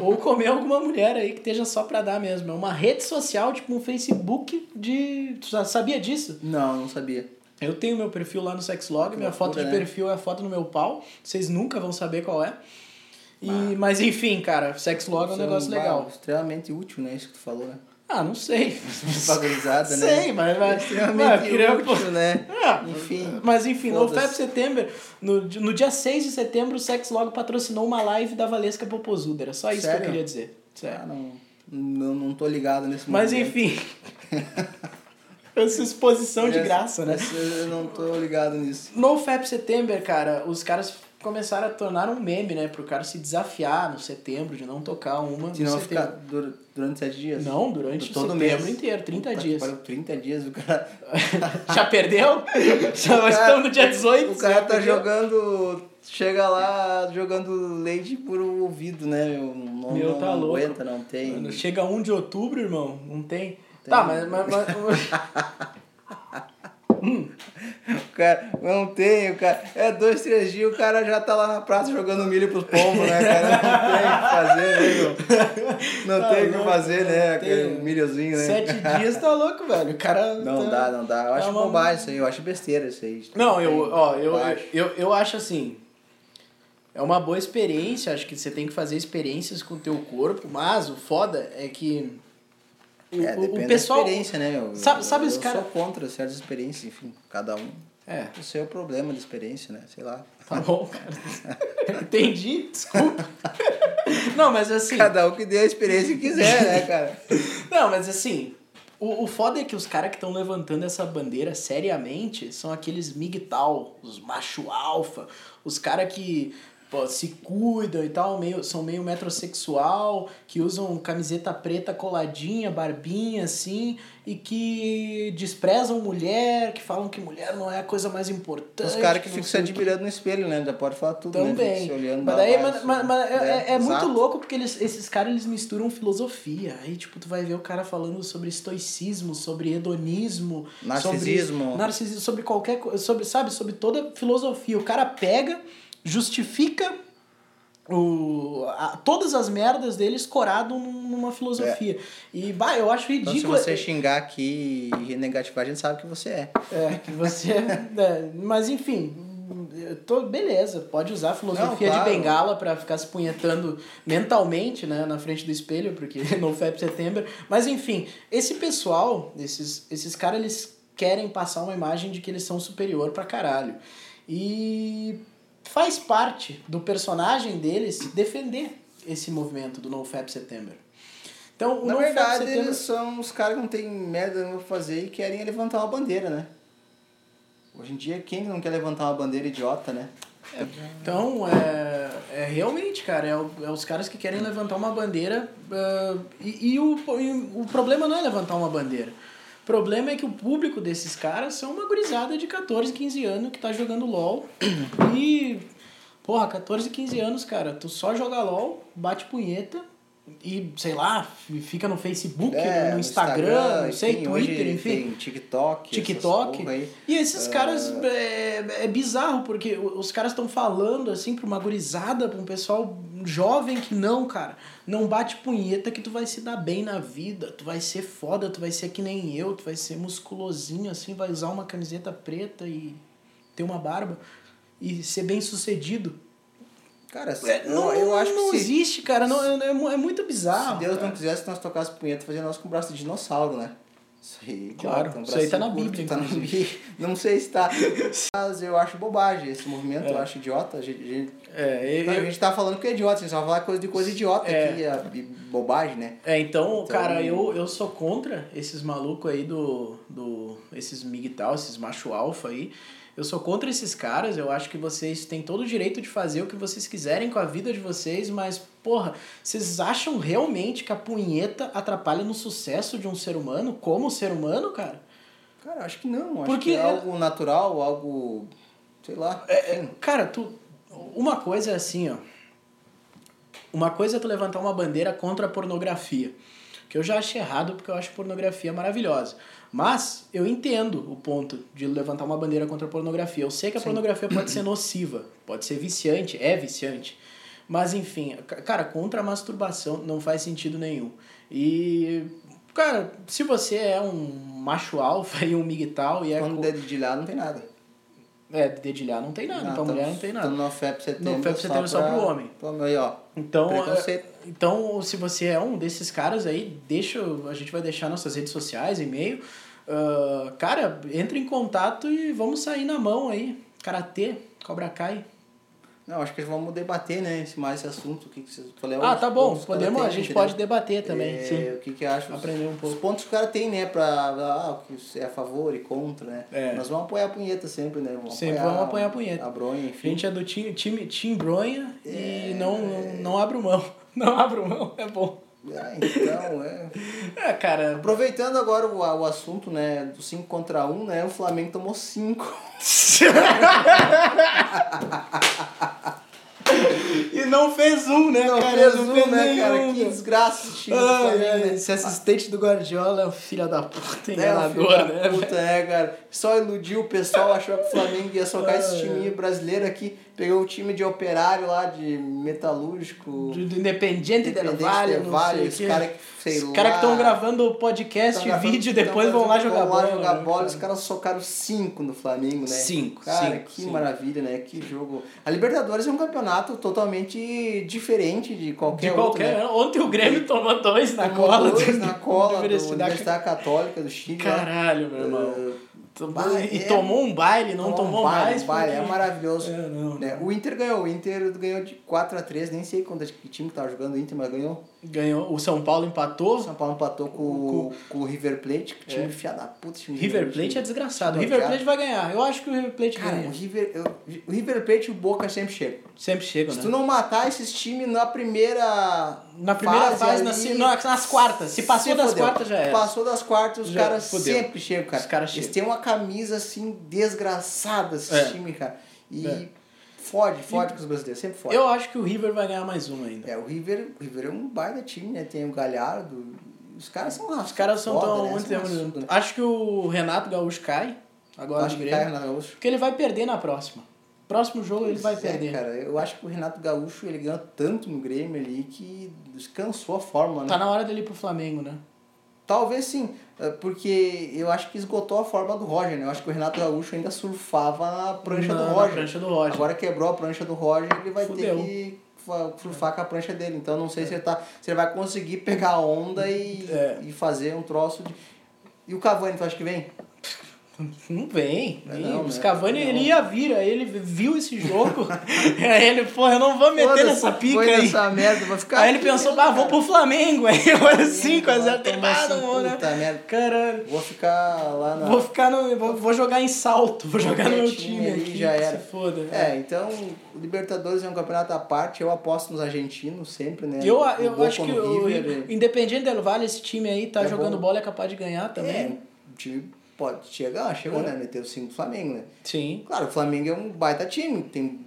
[SPEAKER 1] ou comer alguma mulher aí que esteja só pra dar mesmo. É uma rede social, tipo um Facebook de. Tu já sabia disso?
[SPEAKER 2] Não, não sabia.
[SPEAKER 1] Eu tenho meu perfil lá no Sexlog, minha
[SPEAKER 2] loucura,
[SPEAKER 1] foto de
[SPEAKER 2] né?
[SPEAKER 1] perfil é a foto do meu pau. Vocês nunca vão saber qual é. E, mas enfim, cara, Sexlog é um
[SPEAKER 2] Isso
[SPEAKER 1] negócio
[SPEAKER 2] ba-
[SPEAKER 1] legal.
[SPEAKER 2] Extremamente útil, né? Isso que tu falou, né?
[SPEAKER 1] Ah, não sei.
[SPEAKER 2] Valorizada, né?
[SPEAKER 1] Sei, mas- mas-
[SPEAKER 2] Extremamente
[SPEAKER 1] mas Ah, eu queria-
[SPEAKER 2] útil, né?
[SPEAKER 1] Ah,
[SPEAKER 2] Enfim.
[SPEAKER 1] Mas enfim, no
[SPEAKER 2] Foda-se.
[SPEAKER 1] FAP Setembro, no, no dia 6 de setembro, o Sexlog patrocinou uma live da Valesca Popozuda. Era só isso que
[SPEAKER 2] Sério?
[SPEAKER 1] eu queria dizer. Sério.
[SPEAKER 2] Ah, não, não, não tô ligado nesse
[SPEAKER 1] mas
[SPEAKER 2] momento.
[SPEAKER 1] enfim. Essa exposição de graça, né?
[SPEAKER 2] Essa- Eu eh, não tô ligado nisso.
[SPEAKER 1] No FAP September, cara, os caras começaram a tornar um meme, né? Pro cara se desafiar no setembro, de não tocar uma
[SPEAKER 2] Se
[SPEAKER 1] no setembro.
[SPEAKER 2] não ficar dur- durante sete dias?
[SPEAKER 1] Não, durante
[SPEAKER 2] Todo
[SPEAKER 1] o setembro
[SPEAKER 2] mês. Tá
[SPEAKER 1] inteiro, 30
[SPEAKER 2] Puta que
[SPEAKER 1] dias.
[SPEAKER 2] pariu, 30 dias o cara.
[SPEAKER 1] Já perdeu? Já nós
[SPEAKER 2] cara-
[SPEAKER 1] estamos no dia 18.
[SPEAKER 2] O cara
[SPEAKER 1] já
[SPEAKER 2] tá
[SPEAKER 1] perdeu?
[SPEAKER 2] jogando. Chega lá jogando leite por um ouvido, né? Meu, não,
[SPEAKER 1] Meu,
[SPEAKER 2] não,
[SPEAKER 1] tá
[SPEAKER 2] não
[SPEAKER 1] louco.
[SPEAKER 2] aguenta, não tem.
[SPEAKER 1] Mano, chega 1 de outubro, irmão, não tem. Tá, mas. mas, mas-
[SPEAKER 2] O cara, não tem, o cara. É dois, três dias, o cara já tá lá na praça jogando milho pros pombos, né, cara? Não tem o que fazer, né, meu? Não
[SPEAKER 1] Tá
[SPEAKER 2] tem o que
[SPEAKER 1] louco,
[SPEAKER 2] fazer, né?
[SPEAKER 1] não
[SPEAKER 2] Aquele
[SPEAKER 1] tem.
[SPEAKER 2] milhozinho, né?
[SPEAKER 1] Sete dias tá louco, velho. O cara.
[SPEAKER 2] Não
[SPEAKER 1] tá-
[SPEAKER 2] dá, não dá. Eu acho
[SPEAKER 1] uma-
[SPEAKER 2] bobagem isso aí, eu acho besteira isso aí.
[SPEAKER 1] Não, eu, ó, eu,
[SPEAKER 2] Acho.
[SPEAKER 1] eu, eu acho assim. É uma boa experiência, acho que você tem que fazer experiências com o teu corpo, mas o foda é que o,
[SPEAKER 2] É,
[SPEAKER 1] o-
[SPEAKER 2] depende
[SPEAKER 1] o pessoal.
[SPEAKER 2] da experiência, né, meu?
[SPEAKER 1] Sabe- sabe
[SPEAKER 2] eu,
[SPEAKER 1] os cara-
[SPEAKER 2] Eu sou contra certas experiências, enfim, cada um.
[SPEAKER 1] É,
[SPEAKER 2] O seu problema de experiência, né? Sei lá.
[SPEAKER 1] tá bom, cara. Entendi, desculpa. Não, mas assim.
[SPEAKER 2] Cada um que dê a experiência que quiser, né, cara?
[SPEAKER 1] Não, mas assim, o, o foda é que os caras que estão levantando essa bandeira seriamente são aqueles migtal, os macho alfa, os caras que pô, se cuidam e tal, meio, são meio metrosexual, que usam camiseta preta coladinha, barbinha, assim, e que desprezam mulher, que falam que mulher não é a coisa mais importante.
[SPEAKER 2] Os caras que
[SPEAKER 1] não
[SPEAKER 2] ficam se
[SPEAKER 1] sei o quê.
[SPEAKER 2] admirando no espelho, né? Já pode falar tudo, né? Fica
[SPEAKER 1] é Também.
[SPEAKER 2] Se olhando
[SPEAKER 1] mas
[SPEAKER 2] lá,
[SPEAKER 1] daí,
[SPEAKER 2] vai,
[SPEAKER 1] mas,
[SPEAKER 2] assim,
[SPEAKER 1] mas- mas
[SPEAKER 2] né?
[SPEAKER 1] é, é, muito
[SPEAKER 2] Exato.
[SPEAKER 1] louco porque eles, esses caras eles misturam filosofia. Aí, tipo, tu vai ver o cara falando sobre estoicismo, sobre hedonismo,
[SPEAKER 2] Narcisismo.
[SPEAKER 1] sobre narcisismo, sobre qualquer coisa, sobre, sabe, sobre toda filosofia. O cara pega, justifica o, a- todas as merdas dele escorado num- numa filosofia. E, bah, eu acho
[SPEAKER 2] É. Então, se
[SPEAKER 1] ridículo.
[SPEAKER 2] você xingar aqui e negativar, a gente sabe que você é.
[SPEAKER 1] É, que você. é, mas enfim. eu Tô, beleza, pode usar a filosofia
[SPEAKER 2] Não, claro.
[SPEAKER 1] de bengala pra ficar se punhetando mentalmente, né, na frente do espelho, porque no FAP setembro. Mas enfim, esse pessoal, esses, esses caras, eles querem passar uma imagem de que eles são superior pra caralho. E faz parte do personagem deles defender esse movimento do NoFap September. Então, o
[SPEAKER 2] Na
[SPEAKER 1] NoFap
[SPEAKER 2] verdade,
[SPEAKER 1] September-
[SPEAKER 2] eles são os caras que não tem merda nenhuma pra fazer e querem levantar uma bandeira, né? Hoje em dia, quem não quer levantar uma bandeira idiota, né?
[SPEAKER 1] É, então, é, é realmente, cara, é, o- é os caras que querem levantar uma bandeira ah, e, e o, e o problema não é levantar uma bandeira. O problema é que o público desses caras são uma gurizada de 14, 15 anos que tá jogando LOL
[SPEAKER 2] Uhum.
[SPEAKER 1] e, porra, 14, 15 anos, cara, tu só joga LOL, bate punheta e, sei lá, f- fica no Facebook, no, Instagram, não sei,
[SPEAKER 2] É, enfim, hoje
[SPEAKER 1] Twitter, enfim.
[SPEAKER 2] Tem TikTok. essas
[SPEAKER 1] TikTok.
[SPEAKER 2] porra aí.
[SPEAKER 1] E esses caras é, é bizarro, porque o- os caras estão falando assim pra uma gurizada, pra um pessoal jovem que não, cara, não bate punheta que tu vai se dar bem na vida, tu vai ser foda, tu vai ser que nem eu, tu vai ser musculosinho assim, vai usar uma camiseta preta e ter uma barba e ser bem sucedido.
[SPEAKER 2] Cara, se-
[SPEAKER 1] É, não,
[SPEAKER 2] eu acho
[SPEAKER 1] não
[SPEAKER 2] que se,
[SPEAKER 1] existe, cara, não, é, é mu- é muito
[SPEAKER 2] se
[SPEAKER 1] bizarro.
[SPEAKER 2] Deus
[SPEAKER 1] cara.
[SPEAKER 2] não quisesse que nós tocássemos punheta, fazia nós com o braço de dinossauro, né? Isso aí,
[SPEAKER 1] Claro,
[SPEAKER 2] bota
[SPEAKER 1] isso aí tá na
[SPEAKER 2] bracinho
[SPEAKER 1] Bíblia,
[SPEAKER 2] tá na
[SPEAKER 1] inclusive.
[SPEAKER 2] Bíblia. Não sei se tá. Mas eu acho bobagem esse movimento, eu acho idiota. A gente, a gente-
[SPEAKER 1] É,
[SPEAKER 2] não,
[SPEAKER 1] eu-
[SPEAKER 2] a gente tá falando que é idiota, a gente só vai falar coisa de coisa idiota
[SPEAKER 1] É.
[SPEAKER 2] aqui, a- e bobagem, né?
[SPEAKER 1] É, então,
[SPEAKER 2] Então-
[SPEAKER 1] cara, eu, eu sou contra esses malucos aí do. do esses migtal, esses macho alfa aí. Eu sou contra esses caras, eu acho que vocês têm todo o direito de fazer o que vocês quiserem com a vida de vocês, mas, porra, vocês acham realmente que a punheta atrapalha no sucesso de um ser humano, como ser humano, cara?
[SPEAKER 2] Cara, acho que não. Acho
[SPEAKER 1] Porque
[SPEAKER 2] que é
[SPEAKER 1] é-
[SPEAKER 2] algo natural, algo. sei lá. enfim.
[SPEAKER 1] Cara, tu. Uma coisa é assim, ó. Uma coisa é tu levantar uma bandeira contra a pornografia. Que eu já achei errado porque eu acho pornografia maravilhosa. Mas eu entendo o ponto de levantar uma bandeira contra a pornografia. Eu sei que a pornografia pode ser nociva, pode ser viciante, é viciante. Mas enfim, ca- cara, contra a masturbação não faz sentido nenhum. E, cara, se você é um macho alfa e um migtal e é.
[SPEAKER 2] Quando
[SPEAKER 1] co-
[SPEAKER 2] dedilhar não tem nada. Ah,
[SPEAKER 1] É, dedilhar não tem nada, pra
[SPEAKER 2] tá.
[SPEAKER 1] mulher não tem nada.
[SPEAKER 2] Estamos no FEP setembro.
[SPEAKER 1] No FEP setembro só
[SPEAKER 2] pra-
[SPEAKER 1] pro homem.
[SPEAKER 2] Toma aí, ó.
[SPEAKER 1] Então,
[SPEAKER 2] Preconceito.
[SPEAKER 1] é, então, se você é um desses caras aí, deixa, a gente vai deixar nossas redes sociais, e-mail. Ah, cara, entra em contato e vamos sair na mão aí. Karatê, Cobra Kai.
[SPEAKER 2] Não, acho que vamos debater, né? esse- Mais esse assunto. O que, que vocês qual é
[SPEAKER 1] ah,
[SPEAKER 2] os
[SPEAKER 1] tá bom.
[SPEAKER 2] pontos que cada
[SPEAKER 1] Podemos,
[SPEAKER 2] tem,
[SPEAKER 1] a gente
[SPEAKER 2] entendeu?
[SPEAKER 1] pode debater também,
[SPEAKER 2] né? É,
[SPEAKER 1] sim.
[SPEAKER 2] O que, que eu acho? os-
[SPEAKER 1] Aprender um pouco.
[SPEAKER 2] Os pontos que o cara tem, né? Pra. Ah, o que você é a favor e contra, né?
[SPEAKER 1] É.
[SPEAKER 2] Nós vamos apoiar a punheta sempre, né? Vamos
[SPEAKER 1] Sempre vamos apoiar a punheta.
[SPEAKER 2] A bronha,
[SPEAKER 1] A
[SPEAKER 2] enfim. É.
[SPEAKER 1] gente é do time, time Timbronha e não, não, não abro mão. Não abro mão, é bom.
[SPEAKER 2] Ah, então, é.
[SPEAKER 1] É, cara.
[SPEAKER 2] Aproveitando agora o, o assunto, né? Do 5 contra 1, um, né? O Flamengo tomou 5.
[SPEAKER 1] e não fez um, né,
[SPEAKER 2] Não,
[SPEAKER 1] cara?
[SPEAKER 2] fez um, né,
[SPEAKER 1] nenhum,
[SPEAKER 2] cara? Que desgraça esse time do Flamengo,
[SPEAKER 1] Ai, ai,
[SPEAKER 2] né?
[SPEAKER 1] esse assistente do Guardiola é um filho da puta
[SPEAKER 2] É, um filho
[SPEAKER 1] enganador,
[SPEAKER 2] da
[SPEAKER 1] né? velho?
[SPEAKER 2] puta, né, cara? Só iludiu o pessoal, achou que o Flamengo ia socar esse time brasileiro aqui. Pegou o time de operário lá, de metalúrgico.
[SPEAKER 1] Do do Independiente del
[SPEAKER 2] Independente
[SPEAKER 1] Valle,
[SPEAKER 2] Del
[SPEAKER 1] não
[SPEAKER 2] Valle,
[SPEAKER 1] sei o
[SPEAKER 2] os
[SPEAKER 1] quê.
[SPEAKER 2] cara que- sei
[SPEAKER 1] Os caras que estão
[SPEAKER 2] lá.
[SPEAKER 1] gravando podcast e vídeo depois vão lá jogar
[SPEAKER 2] vão
[SPEAKER 1] bola.
[SPEAKER 2] lá jogar
[SPEAKER 1] né,
[SPEAKER 2] bola.
[SPEAKER 1] cara?
[SPEAKER 2] Os caras socaram cinco no Flamengo, né?
[SPEAKER 1] Cinco,
[SPEAKER 2] Cara,
[SPEAKER 1] cinco,
[SPEAKER 2] que
[SPEAKER 1] cinco.
[SPEAKER 2] maravilha, né? Que jogo. A Libertadores é um campeonato totalmente diferente de qualquer
[SPEAKER 1] De
[SPEAKER 2] outro,
[SPEAKER 1] qualquer.
[SPEAKER 2] né?
[SPEAKER 1] Ontem o Grêmio tomou dois na
[SPEAKER 2] Tomou
[SPEAKER 1] cola.
[SPEAKER 2] dois
[SPEAKER 1] do-
[SPEAKER 2] na
[SPEAKER 1] do
[SPEAKER 2] cola do
[SPEAKER 1] Universidade
[SPEAKER 2] Universidade Católica do Chile. né?
[SPEAKER 1] Caralho, meu irmão.
[SPEAKER 2] Eh,
[SPEAKER 1] Tomou-
[SPEAKER 2] bah,
[SPEAKER 1] e
[SPEAKER 2] é-
[SPEAKER 1] tomou um baile, não tomou,
[SPEAKER 2] um baile,
[SPEAKER 1] mais.
[SPEAKER 2] um baile, É
[SPEAKER 1] porque-
[SPEAKER 2] maravilhoso.
[SPEAKER 1] É, não,
[SPEAKER 2] né? O Inter ganhou. O Inter ganhou de 4x3. Nem sei quando que time que tava jogando o Inter, mas ganhou.
[SPEAKER 1] Ganhou. O São Paulo
[SPEAKER 2] O
[SPEAKER 1] empatou.
[SPEAKER 2] São Paulo empatou com, com o River Plate. Que time fiado da puta. Time do
[SPEAKER 1] É. River Plate é desgraçado.
[SPEAKER 2] Não,
[SPEAKER 1] River
[SPEAKER 2] já-
[SPEAKER 1] Plate vai ganhar. Eu acho que o River Plate
[SPEAKER 2] Cara, o
[SPEAKER 1] ganha.
[SPEAKER 2] River, eu- o River Plate e o Boca sempre chegam.
[SPEAKER 1] Sempre chega,
[SPEAKER 2] Se
[SPEAKER 1] né?
[SPEAKER 2] tu não matar esses times na primeira
[SPEAKER 1] Na primeira fase,
[SPEAKER 2] ali,
[SPEAKER 1] nas, nas- nas quartas. Se passou
[SPEAKER 2] se
[SPEAKER 1] das
[SPEAKER 2] fodeu.
[SPEAKER 1] quartas, já era.
[SPEAKER 2] Passou das quartas, os
[SPEAKER 1] Já
[SPEAKER 2] caras
[SPEAKER 1] fodeu.
[SPEAKER 2] sempre chegam, cara.
[SPEAKER 1] Os caras
[SPEAKER 2] Eles
[SPEAKER 1] chegam.
[SPEAKER 2] têm uma camisa, assim, desgraçada, esses
[SPEAKER 1] É.
[SPEAKER 2] times, cara. E
[SPEAKER 1] É.
[SPEAKER 2] fode, fode com os brasileiros, sempre fode.
[SPEAKER 1] Eu acho que o River vai ganhar mais uma ainda.
[SPEAKER 2] É, o River, o River é um baita time, né? Tem o Galhardo. Os caras são lá.
[SPEAKER 1] Os caras são tão
[SPEAKER 2] né?
[SPEAKER 1] muito
[SPEAKER 2] São
[SPEAKER 1] tempo-
[SPEAKER 2] assunto, né?
[SPEAKER 1] Acho que o Renato Gaúcho cai agora
[SPEAKER 2] Acho
[SPEAKER 1] no
[SPEAKER 2] que
[SPEAKER 1] Grêmio.
[SPEAKER 2] cai na Gaúcho.
[SPEAKER 1] Porque ele vai perder na próxima. Próximo jogo ele vai
[SPEAKER 2] Pois é,
[SPEAKER 1] perder.
[SPEAKER 2] cara, eu acho que o Renato Gaúcho ele ganhou tanto no Grêmio ali que descansou a forma, né?
[SPEAKER 1] Tá na hora dele ir pro Flamengo, né?
[SPEAKER 2] Talvez sim, eh, porque eu acho que esgotou a forma do Roger, né? Eu acho que o Renato Gaúcho ainda surfava na prancha
[SPEAKER 1] Na-
[SPEAKER 2] do
[SPEAKER 1] na
[SPEAKER 2] Roger.
[SPEAKER 1] prancha do Roger.
[SPEAKER 2] Agora quebrou a prancha do Roger, ele vai
[SPEAKER 1] Fudeu. É.
[SPEAKER 2] ter que fa- surfar com a prancha dele. Então não sei se ele, tá, se ele vai conseguir pegar a onda e,
[SPEAKER 1] É.
[SPEAKER 2] e fazer um troço de. E o Cavani, tu acha que vem?
[SPEAKER 1] Não vem.
[SPEAKER 2] Não,
[SPEAKER 1] nem-
[SPEAKER 2] não,
[SPEAKER 1] os
[SPEAKER 2] né?
[SPEAKER 1] Cavani,
[SPEAKER 2] Não.
[SPEAKER 1] ele ia vir, aí ele viu esse jogo. aí ele, porra, eu não vou meter
[SPEAKER 2] Foda-se,
[SPEAKER 1] nessa pica
[SPEAKER 2] foi
[SPEAKER 1] aí.
[SPEAKER 2] nessa merda, vou ficar.
[SPEAKER 1] Aí ele pensou, bah, vou pro Flamengo. Aí assim, agora 5x0
[SPEAKER 2] Vai tomar essa
[SPEAKER 1] tomaram, né?
[SPEAKER 2] Puta merda.
[SPEAKER 1] Caralho.
[SPEAKER 2] Vou ficar lá na.
[SPEAKER 1] Vou ficar no. Vou, vou jogar em salto, vou jogar no meu
[SPEAKER 2] Quietinho
[SPEAKER 1] time
[SPEAKER 2] ali,
[SPEAKER 1] aqui.
[SPEAKER 2] já
[SPEAKER 1] que
[SPEAKER 2] era.
[SPEAKER 1] Se foda.
[SPEAKER 2] É, então, o Libertadores é um campeonato à parte. Eu aposto nos argentinos sempre, né?
[SPEAKER 1] Eu,
[SPEAKER 2] O
[SPEAKER 1] eu
[SPEAKER 2] Boca
[SPEAKER 1] acho que
[SPEAKER 2] no
[SPEAKER 1] o
[SPEAKER 2] River, né?
[SPEAKER 1] Independiente Del Valle, esse time aí, tá
[SPEAKER 2] É
[SPEAKER 1] jogando
[SPEAKER 2] bom.
[SPEAKER 1] bola, é capaz de ganhar
[SPEAKER 2] É,
[SPEAKER 1] também. É.
[SPEAKER 2] o time pode chegar, chegou, né? Meteu 5 do Flamengo, né?
[SPEAKER 1] Sim.
[SPEAKER 2] Claro, o Flamengo é um baita time, tem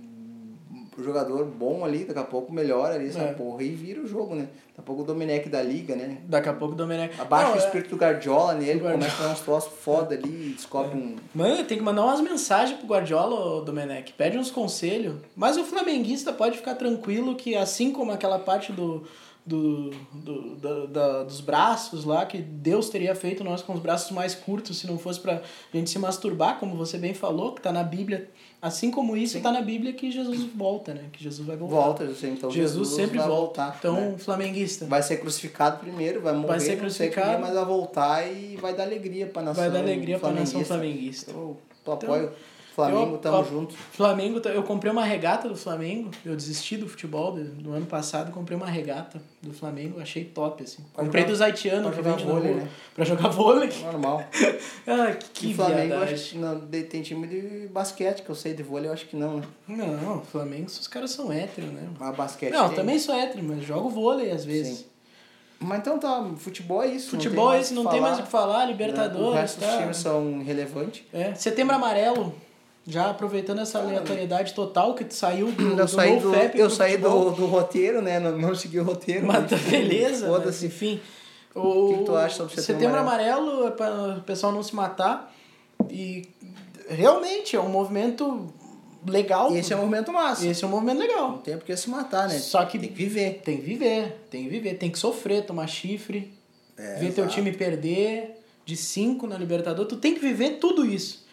[SPEAKER 2] um jogador bom ali, daqui a pouco melhora ali essa
[SPEAKER 1] É.
[SPEAKER 2] porra e vira o jogo, né? Daqui a pouco o Domenech da liga, né?
[SPEAKER 1] Daqui a pouco o Domenech.
[SPEAKER 2] Abaixa
[SPEAKER 1] Não,
[SPEAKER 2] o
[SPEAKER 1] é-
[SPEAKER 2] espírito do Guardiola nele,
[SPEAKER 1] Do Guardiola. É.
[SPEAKER 2] começa a dar uns troços foda ali, e descobre um...
[SPEAKER 1] Mano, tem que mandar umas mensagens pro Guardiola, ô Domenech. Pede uns conselhos. Mas o flamenguista pode ficar tranquilo que, assim como aquela parte do, do, do- da- da- dos braços lá, que Deus teria feito nós com os braços mais curtos se não fosse pra gente se masturbar, como você bem falou, que tá na Bíblia. Assim como isso, tá na Bíblia que Jesus volta, né? Que Jesus vai voltar.
[SPEAKER 2] Volta, assim, então
[SPEAKER 1] Jesus, sempre
[SPEAKER 2] vai
[SPEAKER 1] volta.
[SPEAKER 2] voltar,
[SPEAKER 1] então,
[SPEAKER 2] né?
[SPEAKER 1] flamenguista.
[SPEAKER 2] Vai ser crucificado primeiro, vai morrer,
[SPEAKER 1] ser
[SPEAKER 2] não sei o quê,
[SPEAKER 1] crucificado.
[SPEAKER 2] mas vai voltar e vai dar alegria pra nação
[SPEAKER 1] Vai dar alegria pra nação flamenguista.
[SPEAKER 2] flamenguista.
[SPEAKER 1] Então,
[SPEAKER 2] Eu tu apoio Flamengo,
[SPEAKER 1] Eu-
[SPEAKER 2] tamo
[SPEAKER 1] ó,
[SPEAKER 2] junto.
[SPEAKER 1] Flamengo, tá- eu comprei uma regata do Flamengo. Eu desisti do futebol do, do ano passado, comprei uma regata do Flamengo, achei top, assim.
[SPEAKER 2] Pra
[SPEAKER 1] comprei
[SPEAKER 2] jogar-
[SPEAKER 1] dos haitianos
[SPEAKER 2] pra
[SPEAKER 1] que
[SPEAKER 2] jogar
[SPEAKER 1] vende na
[SPEAKER 2] vôlei,
[SPEAKER 1] rua.
[SPEAKER 2] né?
[SPEAKER 1] Pra jogar vôlei.
[SPEAKER 2] Normal.
[SPEAKER 1] Ah, que,
[SPEAKER 2] Que
[SPEAKER 1] que
[SPEAKER 2] Flamengo
[SPEAKER 1] viadagem.
[SPEAKER 2] acho, que não, de- tem time de basquete, que eu sei de vôlei, eu acho que não. né?
[SPEAKER 1] Não, Flamengo, os caras são héteros, né?
[SPEAKER 2] Mas basquete
[SPEAKER 1] Não,
[SPEAKER 2] tem.
[SPEAKER 1] também sou hétero, mas jogo vôlei às vezes.
[SPEAKER 2] Sim. Mas então tá, futebol é isso.
[SPEAKER 1] Futebol é esse, não tem mais o que falar,
[SPEAKER 2] Né? O
[SPEAKER 1] Libertadores,
[SPEAKER 2] resto dos
[SPEAKER 1] tá?
[SPEAKER 2] times são irrelevantes.
[SPEAKER 1] É, setembro amarelo, já aproveitando essa aleatoriedade total que tu saiu do,
[SPEAKER 2] Eu
[SPEAKER 1] do
[SPEAKER 2] saí, do,
[SPEAKER 1] NoFap
[SPEAKER 2] eu
[SPEAKER 1] pro
[SPEAKER 2] saí
[SPEAKER 1] futebol.
[SPEAKER 2] do, do roteiro, né? Não, não segui o roteiro.
[SPEAKER 1] Mas tá beleza.
[SPEAKER 2] Foda-se.
[SPEAKER 1] mas, Enfim. O,
[SPEAKER 2] que que tu acha sobre Setembro
[SPEAKER 1] amarelo? é para o pessoal não se matar. E realmente é um movimento legal.
[SPEAKER 2] E esse é o momento máximo.
[SPEAKER 1] Esse é um movimento
[SPEAKER 2] Não
[SPEAKER 1] legal.
[SPEAKER 2] tem porque se matar, né?
[SPEAKER 1] Só que-
[SPEAKER 2] Tem que viver.
[SPEAKER 1] Tem que viver, tem que viver, tem que sofrer, tomar chifre,
[SPEAKER 2] É,
[SPEAKER 1] ver teu
[SPEAKER 2] exato.
[SPEAKER 1] time perder de 5 na Libertadores. Tu tem que viver tudo isso.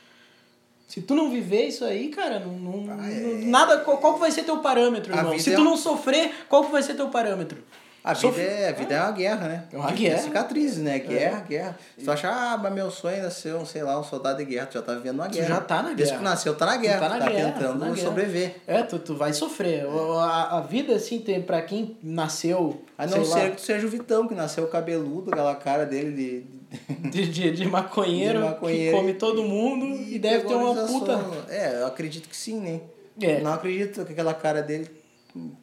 [SPEAKER 1] Se tu não viver isso aí, cara, não, não-
[SPEAKER 2] Ah, é.
[SPEAKER 1] não- nada. Qual, qual que vai ser teu parâmetro,
[SPEAKER 2] A
[SPEAKER 1] irmão?
[SPEAKER 2] vida
[SPEAKER 1] Se
[SPEAKER 2] é
[SPEAKER 1] tu
[SPEAKER 2] um-
[SPEAKER 1] não sofrer, qual que vai ser teu parâmetro?
[SPEAKER 2] A vida,
[SPEAKER 1] Sofre-
[SPEAKER 2] é, a vida é uma guerra, né?
[SPEAKER 1] É uma
[SPEAKER 2] Tem
[SPEAKER 1] guerra. É.
[SPEAKER 2] Cicatrizes, né? Guerra, guerra. Se tu achar, ah, mas meu sonho era ser um, sei lá, um soldado de guerra, tu já tá vivendo uma
[SPEAKER 1] Tu
[SPEAKER 2] guerra.
[SPEAKER 1] já tá na
[SPEAKER 2] Desde
[SPEAKER 1] guerra.
[SPEAKER 2] que nasceu, tá na
[SPEAKER 1] Tu
[SPEAKER 2] guerra.
[SPEAKER 1] tá na guerra,
[SPEAKER 2] tentando
[SPEAKER 1] tá na guerra.
[SPEAKER 2] sobreviver.
[SPEAKER 1] É, tu, tu vai sofrer. O- A, a vida, assim, tem, pra quem nasceu.
[SPEAKER 2] A não
[SPEAKER 1] sei lá,
[SPEAKER 2] ser que tu seja o Vitão, que nasceu cabeludo, aquela cara dele de.
[SPEAKER 1] de, de, de maconheiro,
[SPEAKER 2] De maconheiro.
[SPEAKER 1] que come todo mundo e, deve ter uma puta.
[SPEAKER 2] colonização. É, eu acredito que sim, né?
[SPEAKER 1] É.
[SPEAKER 2] Não acredito que aquela cara dele,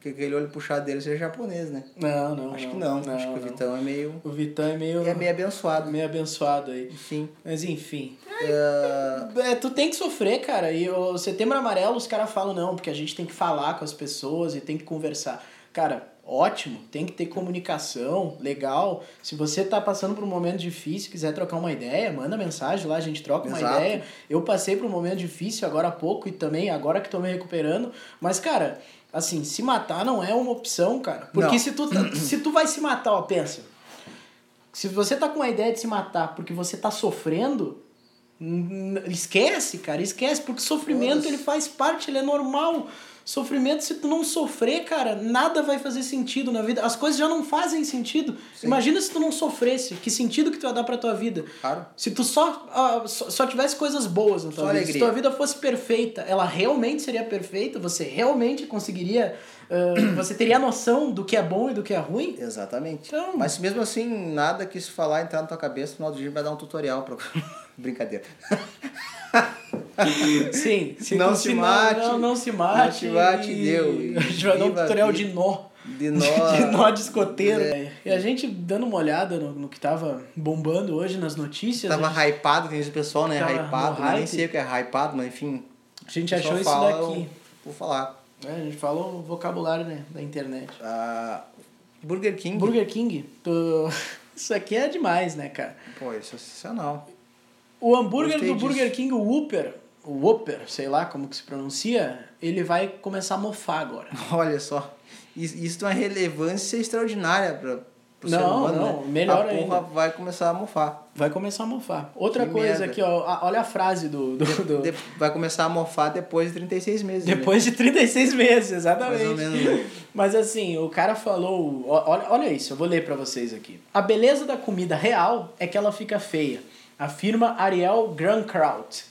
[SPEAKER 2] que aquele olho puxado dele seja japonês, né?
[SPEAKER 1] Não, não.
[SPEAKER 2] Acho que não. Acho que o Vitão é meio.
[SPEAKER 1] O Vitão é meio,
[SPEAKER 2] É meio abençoado.
[SPEAKER 1] meio abençoado aí.
[SPEAKER 2] Enfim.
[SPEAKER 1] Mas enfim.
[SPEAKER 2] Ah,
[SPEAKER 1] É, tu tem que sofrer, cara. E o Setembro Amarelo, os caras falam, não, porque a gente tem que falar com as pessoas e tem que conversar. Cara, ótimo, tem que ter comunicação, legal. Se você tá passando por um momento difícil, quiser trocar uma ideia, manda mensagem lá, a gente troca uma
[SPEAKER 2] Exato.
[SPEAKER 1] ideia. Eu passei por um momento difícil agora há pouco e também agora que tô me recuperando. Mas, cara, assim, se matar não é uma opção, cara. Porque
[SPEAKER 2] Não.
[SPEAKER 1] se tu, tá- se tu vai se matar, ó, pensa. Se você tá com a ideia de se matar porque você tá sofrendo, n- esquece, cara, esquece, porque sofrimento
[SPEAKER 2] Foda-se.
[SPEAKER 1] ele faz parte, ele é normal. Sofrimento, se tu não sofrer, cara, nada vai fazer sentido na vida. As coisas já não fazem sentido.
[SPEAKER 2] Sim.
[SPEAKER 1] Imagina se tu não sofresse, que sentido que tu ia dar pra tua vida?
[SPEAKER 2] claro.
[SPEAKER 1] Se tu só, ah, só, só tivesse coisas boas na tua
[SPEAKER 2] Só
[SPEAKER 1] vida, se
[SPEAKER 2] alegria.
[SPEAKER 1] tua vida fosse perfeita, ela realmente seria perfeita, você realmente conseguiria, ah, você teria noção do que é bom e do que é ruim,
[SPEAKER 2] Exatamente.
[SPEAKER 1] Então-
[SPEAKER 2] Mas mesmo assim, nada que se falar entrar na tua cabeça, no final do dia vai dar um tutorial pra. Brincadeira.
[SPEAKER 1] Sim,
[SPEAKER 2] Não
[SPEAKER 1] tu
[SPEAKER 2] se mate.
[SPEAKER 1] Não, não se mate.
[SPEAKER 2] Não se mate,
[SPEAKER 1] e-
[SPEAKER 2] deu. E
[SPEAKER 1] A gente vai dar um
[SPEAKER 2] viva a
[SPEAKER 1] tutorial
[SPEAKER 2] vida.
[SPEAKER 1] de nó.
[SPEAKER 2] De nó. É,
[SPEAKER 1] de nó de escoteiro. E a gente dando uma olhada no, no que tava bombando hoje nas notícias,
[SPEAKER 2] Tava
[SPEAKER 1] a, gente,
[SPEAKER 2] hypado, tem esse pessoal, né?
[SPEAKER 1] Tava
[SPEAKER 2] hypado.
[SPEAKER 1] no
[SPEAKER 2] né?
[SPEAKER 1] hype.
[SPEAKER 2] Nem sei o que é hypado, mas enfim.
[SPEAKER 1] a gente
[SPEAKER 2] o pessoal
[SPEAKER 1] achou isso
[SPEAKER 2] fala,
[SPEAKER 1] daqui.
[SPEAKER 2] eu Vou falar.
[SPEAKER 1] né? a gente falou o vocabulário né, da internet.
[SPEAKER 2] Ah, Burger King.
[SPEAKER 1] Burger King, tu- isso aqui é demais, né, cara?
[SPEAKER 2] Pô, isso é sensacional.
[SPEAKER 1] O hambúrguer
[SPEAKER 2] Gostei
[SPEAKER 1] do
[SPEAKER 2] disso.
[SPEAKER 1] Burger King, o Whopper, o Whopper, sei lá como que se pronuncia, ele vai começar a mofar agora.
[SPEAKER 2] Olha só. Isso, isso tem uma relevância extraordinária pra. Pro ser
[SPEAKER 1] Não,
[SPEAKER 2] humano,
[SPEAKER 1] não,
[SPEAKER 2] né?
[SPEAKER 1] melhor
[SPEAKER 2] a porra
[SPEAKER 1] ainda.
[SPEAKER 2] vai começar a mofar.
[SPEAKER 1] Vai começar a mofar. Outra
[SPEAKER 2] Que
[SPEAKER 1] coisa
[SPEAKER 2] merda.
[SPEAKER 1] aqui, ó, a- olha a frase do- do, do,
[SPEAKER 2] De- vai começar a mofar depois de 36 meses. né?
[SPEAKER 1] Depois de 36 meses, exatamente.
[SPEAKER 2] Mais ou menos, né?
[SPEAKER 1] Mas assim, o cara falou. ó- Olha, olha isso, eu vou ler pra vocês aqui. A beleza da comida real é que ela fica feia. afirma Ariel Grankraut,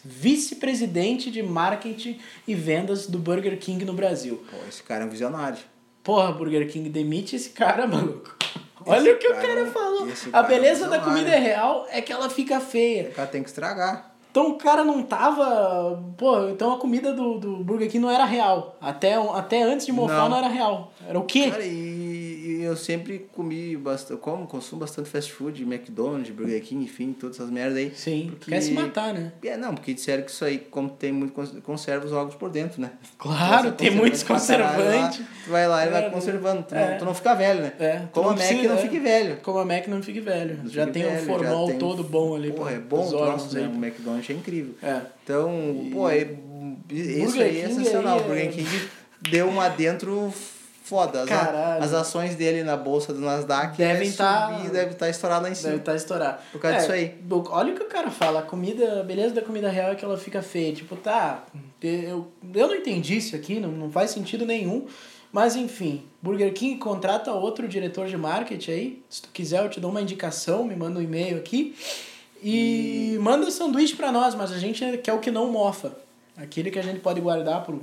[SPEAKER 1] vice-presidente de marketing e vendas do Burger King no Brasil.
[SPEAKER 2] Pô, esse cara é um visionário.
[SPEAKER 1] Porra, Burger King demite esse cara, maluco. Olha o que
[SPEAKER 2] cara-
[SPEAKER 1] o cara falou.
[SPEAKER 2] esse
[SPEAKER 1] A
[SPEAKER 2] cara é
[SPEAKER 1] beleza da
[SPEAKER 2] visionário.
[SPEAKER 1] comida real é que ela fica feia.
[SPEAKER 2] O cara tem que estragar.
[SPEAKER 1] Então o cara não tava. Pô, então a comida do, do Burger King não era real. Até, um, até antes de mofar não.
[SPEAKER 2] Não.
[SPEAKER 1] era real. Era o quê?
[SPEAKER 2] Cara, e, e eu sempre comi bastante, eu como, consumo bastante fast food, McDonald's, Burger King, enfim, todas essas merdas aí.
[SPEAKER 1] Sim,
[SPEAKER 2] porque-
[SPEAKER 1] quer se matar, né?
[SPEAKER 2] É, não, porque disseram que isso aí, como tem muito, cons- conserva os órgãos por dentro, né?
[SPEAKER 1] Claro,
[SPEAKER 2] Então, você
[SPEAKER 1] tem muitos
[SPEAKER 2] conserva pra caralho lá,
[SPEAKER 1] conservantes.
[SPEAKER 2] Tu vai lá e
[SPEAKER 1] É,
[SPEAKER 2] vai conservando, tu,
[SPEAKER 1] é.
[SPEAKER 2] não, tu não fica velho, né?
[SPEAKER 1] É, tu
[SPEAKER 2] como
[SPEAKER 1] não
[SPEAKER 2] a Mac
[SPEAKER 1] precisa,
[SPEAKER 2] não
[SPEAKER 1] é.
[SPEAKER 2] fique velho.
[SPEAKER 1] Como a Mac não fique velho.
[SPEAKER 2] Não
[SPEAKER 1] já
[SPEAKER 2] fique
[SPEAKER 1] tem
[SPEAKER 2] velho,
[SPEAKER 1] um
[SPEAKER 2] já
[SPEAKER 1] formal
[SPEAKER 2] tem-
[SPEAKER 1] todo bom ali.
[SPEAKER 2] Porra,
[SPEAKER 1] pra-
[SPEAKER 2] é bom
[SPEAKER 1] pros
[SPEAKER 2] o
[SPEAKER 1] órgãos
[SPEAKER 2] troço, né?
[SPEAKER 1] aí.
[SPEAKER 2] O McDonald's é incrível.
[SPEAKER 1] É.
[SPEAKER 2] Então, pô, é, isso
[SPEAKER 1] Burger
[SPEAKER 2] aí é
[SPEAKER 1] King
[SPEAKER 2] sensacional.
[SPEAKER 1] aí
[SPEAKER 2] O Burger
[SPEAKER 1] é-
[SPEAKER 2] King deu um adentro foda. As,
[SPEAKER 1] Caralho.
[SPEAKER 2] as ações dele na bolsa do Nasdaq
[SPEAKER 1] Devem
[SPEAKER 2] deve
[SPEAKER 1] tá-
[SPEAKER 2] subir, deve estar estourado lá em cima.
[SPEAKER 1] Deve estar estourado.
[SPEAKER 2] Por causa disso aí.
[SPEAKER 1] do- olha o que o cara fala. A comida, a beleza da comida real é que ela fica feia. Tipo, tá, eu, eu não entendi isso aqui, não, não faz sentido nenhum. Mas enfim, Burger King contrata outro diretor de marketing aí. Se tu quiser, eu te dou uma indicação, me manda um e-mail aqui. E
[SPEAKER 2] Hum.
[SPEAKER 1] manda sanduíche pra nós, mas a gente quer o que não mofa. Aquele que a gente pode guardar por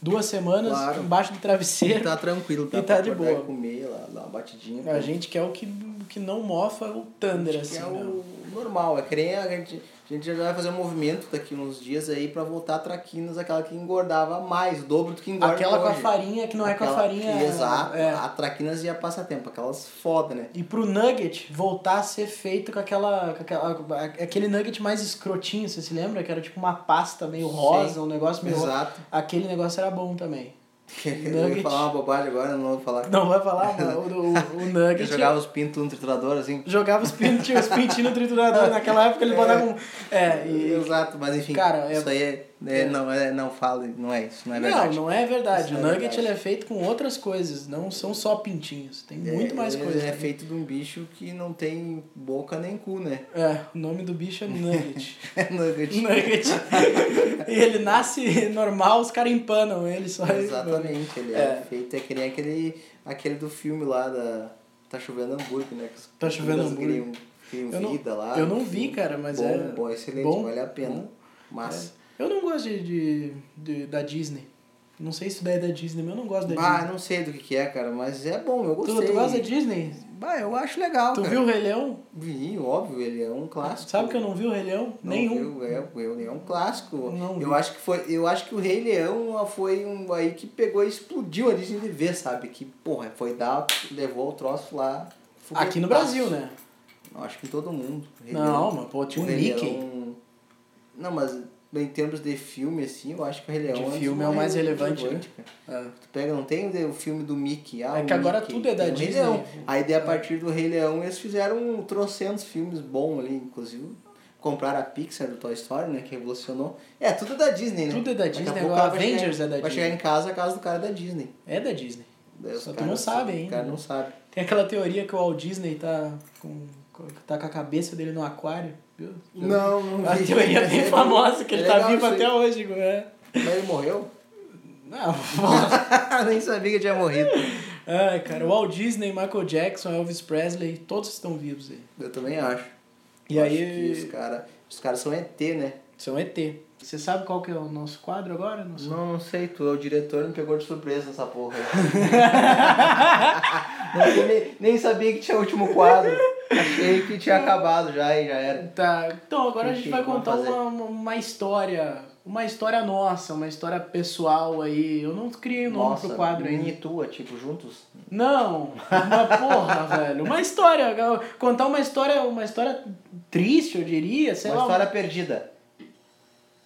[SPEAKER 1] duas semanas
[SPEAKER 2] Claro.
[SPEAKER 1] embaixo do travesseiro.
[SPEAKER 2] E tá tranquilo, tá?
[SPEAKER 1] E tá
[SPEAKER 2] pra
[SPEAKER 1] de
[SPEAKER 2] acordar
[SPEAKER 1] boa.
[SPEAKER 2] e comer lá, dar uma batidinha.
[SPEAKER 1] A
[SPEAKER 2] pô.
[SPEAKER 1] gente quer o que, o que não mofa o Thunder,
[SPEAKER 2] que
[SPEAKER 1] assim.
[SPEAKER 2] é
[SPEAKER 1] né?
[SPEAKER 2] o normal, é que nem a gente, a gente já vai fazer um movimento daqui uns dias aí pra voltar a traquinas, aquela que engordava mais, o dobro do que engorda
[SPEAKER 1] Aquela com a
[SPEAKER 2] hoje.
[SPEAKER 1] farinha que não é com a
[SPEAKER 2] Aquela
[SPEAKER 1] farinha.
[SPEAKER 2] que- exato,
[SPEAKER 1] é.
[SPEAKER 2] a traquinas ia passatempo, aquelas foda, né?
[SPEAKER 1] E pro nugget voltar a ser feito com aquela, com aquela. com aquele nugget mais escrotinho, você se lembra? Que era tipo uma pasta meio
[SPEAKER 2] Sim.
[SPEAKER 1] rosa, um negócio meio. rosa.
[SPEAKER 2] Exato.
[SPEAKER 1] Aquele negócio era bom também.
[SPEAKER 2] Eu
[SPEAKER 1] Nugget.
[SPEAKER 2] ia falar uma bobagem agora, não vou falar.
[SPEAKER 1] Não vai falar? O, o, o nugget.
[SPEAKER 2] Eu jogava os pintos no triturador, assim.
[SPEAKER 1] jogava os pintos, tinha os pintinhos no triturador. Naquela época ele botava um. É, e.
[SPEAKER 2] Exato, mas enfim,
[SPEAKER 1] Cara, é-
[SPEAKER 2] isso aí é, é, Não, é, não fala, não é isso, não é
[SPEAKER 1] Não,
[SPEAKER 2] verdade.
[SPEAKER 1] não é verdade. O
[SPEAKER 2] Isso não é
[SPEAKER 1] nugget
[SPEAKER 2] verdade.
[SPEAKER 1] ele é feito com outras coisas, não são só pintinhos. Tem
[SPEAKER 2] É,
[SPEAKER 1] muito mais
[SPEAKER 2] ele
[SPEAKER 1] coisas.
[SPEAKER 2] É feito de um bicho que não tem boca nem cu, né?
[SPEAKER 1] É, o nome do bicho é nugget.
[SPEAKER 2] É nugget.
[SPEAKER 1] Nugget. e ele nasce normal, os caras empanam ele só.
[SPEAKER 2] Exatamente, ele é,
[SPEAKER 1] É.
[SPEAKER 2] feito, é que nem aquele, aquele do filme lá da. Tá chovendo hambúrguer, né? Que os
[SPEAKER 1] Tá Chovendo
[SPEAKER 2] pingas
[SPEAKER 1] Hambúrguer.
[SPEAKER 2] Criam, criam
[SPEAKER 1] Eu não-
[SPEAKER 2] vida lá.
[SPEAKER 1] eu não
[SPEAKER 2] enfim.
[SPEAKER 1] vi, cara, mas
[SPEAKER 2] bom,
[SPEAKER 1] é-
[SPEAKER 2] Bom, excelente,
[SPEAKER 1] bom,
[SPEAKER 2] vale a pena.
[SPEAKER 1] bom. É,
[SPEAKER 2] Mas.
[SPEAKER 1] Eu não gosto de, de, de- da Disney. Não sei se daí é da Disney, mas eu não gosto da
[SPEAKER 2] Ah,
[SPEAKER 1] Disney.
[SPEAKER 2] não sei do que, que é, cara, mas é bom, eu
[SPEAKER 1] Tu-
[SPEAKER 2] gostei.
[SPEAKER 1] Tu, gosta da Disney?
[SPEAKER 2] Bah, eu acho legal.
[SPEAKER 1] Tu
[SPEAKER 2] cara.
[SPEAKER 1] viu o Rei Leão?
[SPEAKER 2] Vi, óbvio, ele é um clássico.
[SPEAKER 1] Sabe que eu não vi o Rei Leão?
[SPEAKER 2] Não,
[SPEAKER 1] Nenhum.
[SPEAKER 2] viu? É, o Rei Leão é um clássico.
[SPEAKER 1] Não
[SPEAKER 2] eu
[SPEAKER 1] vi.
[SPEAKER 2] acho que foi, eu acho que o Rei Leão ó, foi um aí que pegou e explodiu a Disney TV, sabe? Que porra, foi dar, levou o troço lá.
[SPEAKER 1] Aqui no Brasil, né?
[SPEAKER 2] Eu acho que em todo mundo. O Rei
[SPEAKER 1] Não,
[SPEAKER 2] Leão-
[SPEAKER 1] mas pô, tinha
[SPEAKER 2] o
[SPEAKER 1] um
[SPEAKER 2] Rei
[SPEAKER 1] Mickey.
[SPEAKER 2] Leão- Não, mas em termos de filme assim, eu acho que o Rei Leão
[SPEAKER 1] De
[SPEAKER 2] um dos
[SPEAKER 1] filme é o mais relevante, né?
[SPEAKER 2] cara.
[SPEAKER 1] É.
[SPEAKER 2] Tu pega, não tem o filme do Mickey. Ah,
[SPEAKER 1] É
[SPEAKER 2] o
[SPEAKER 1] que agora
[SPEAKER 2] Mickey,
[SPEAKER 1] tudo é da
[SPEAKER 2] tem o Rei
[SPEAKER 1] Disney.
[SPEAKER 2] Leão. Aí daí, a partir do Rei Leão eles fizeram um trocentos filmes bons ali, inclusive compraram a Pixar do Toy Story, né? Que revolucionou. É, tudo é da Disney, né?
[SPEAKER 1] Tudo é da
[SPEAKER 2] Daqui a
[SPEAKER 1] Disney,
[SPEAKER 2] pouco
[SPEAKER 1] agora
[SPEAKER 2] vai chegar-
[SPEAKER 1] Avengers é da
[SPEAKER 2] Vai
[SPEAKER 1] Disney.
[SPEAKER 2] chegar em casa, a casa do cara é da Disney.
[SPEAKER 1] É da Disney.
[SPEAKER 2] Daí os
[SPEAKER 1] Só tu
[SPEAKER 2] caras-
[SPEAKER 1] não sabe
[SPEAKER 2] O
[SPEAKER 1] ainda,
[SPEAKER 2] cara
[SPEAKER 1] né?
[SPEAKER 2] não sabe.
[SPEAKER 1] Tem aquela teoria que o Walt Disney tá com, com- tá com a cabeça dele no aquário. Viu?
[SPEAKER 2] Não, não
[SPEAKER 1] A
[SPEAKER 2] vi.
[SPEAKER 1] teoria bem famosa, que
[SPEAKER 2] É
[SPEAKER 1] ele tá
[SPEAKER 2] legal
[SPEAKER 1] vivo
[SPEAKER 2] isso aí.
[SPEAKER 1] até hoje, é.
[SPEAKER 2] Mas ele morreu?
[SPEAKER 1] Não,
[SPEAKER 2] Nem sabia que tinha morrido.
[SPEAKER 1] Ai, cara, o Walt Disney, Michael Jackson, Elvis Presley, todos estão vivos aí.
[SPEAKER 2] Eu também acho.
[SPEAKER 1] E
[SPEAKER 2] Eu
[SPEAKER 1] aí-
[SPEAKER 2] acho que os caras os caras são ET, né?
[SPEAKER 1] São ET. Você sabe qual que é o nosso quadro agora? Nosso...
[SPEAKER 2] Não, não sei, tu é o diretor me pegou de surpresa nessa porra. aí. Não, eu nem, nem sabia que tinha o último quadro. Achei que tinha acabado já e já era.
[SPEAKER 1] Tá, então agora a gente
[SPEAKER 2] Enfim,
[SPEAKER 1] vai
[SPEAKER 2] vamos
[SPEAKER 1] contar
[SPEAKER 2] fazer.
[SPEAKER 1] uma, uma- uma história, uma história nossa, uma história pessoal aí. Eu não criei o nome pro um quadro
[SPEAKER 2] mini
[SPEAKER 1] ainda.
[SPEAKER 2] tua, tipo, juntos?
[SPEAKER 1] Não, uma porra, velho. Uma história, contar uma história, uma história triste, eu diria, sei
[SPEAKER 2] Uma
[SPEAKER 1] lá. um
[SPEAKER 2] história perdida.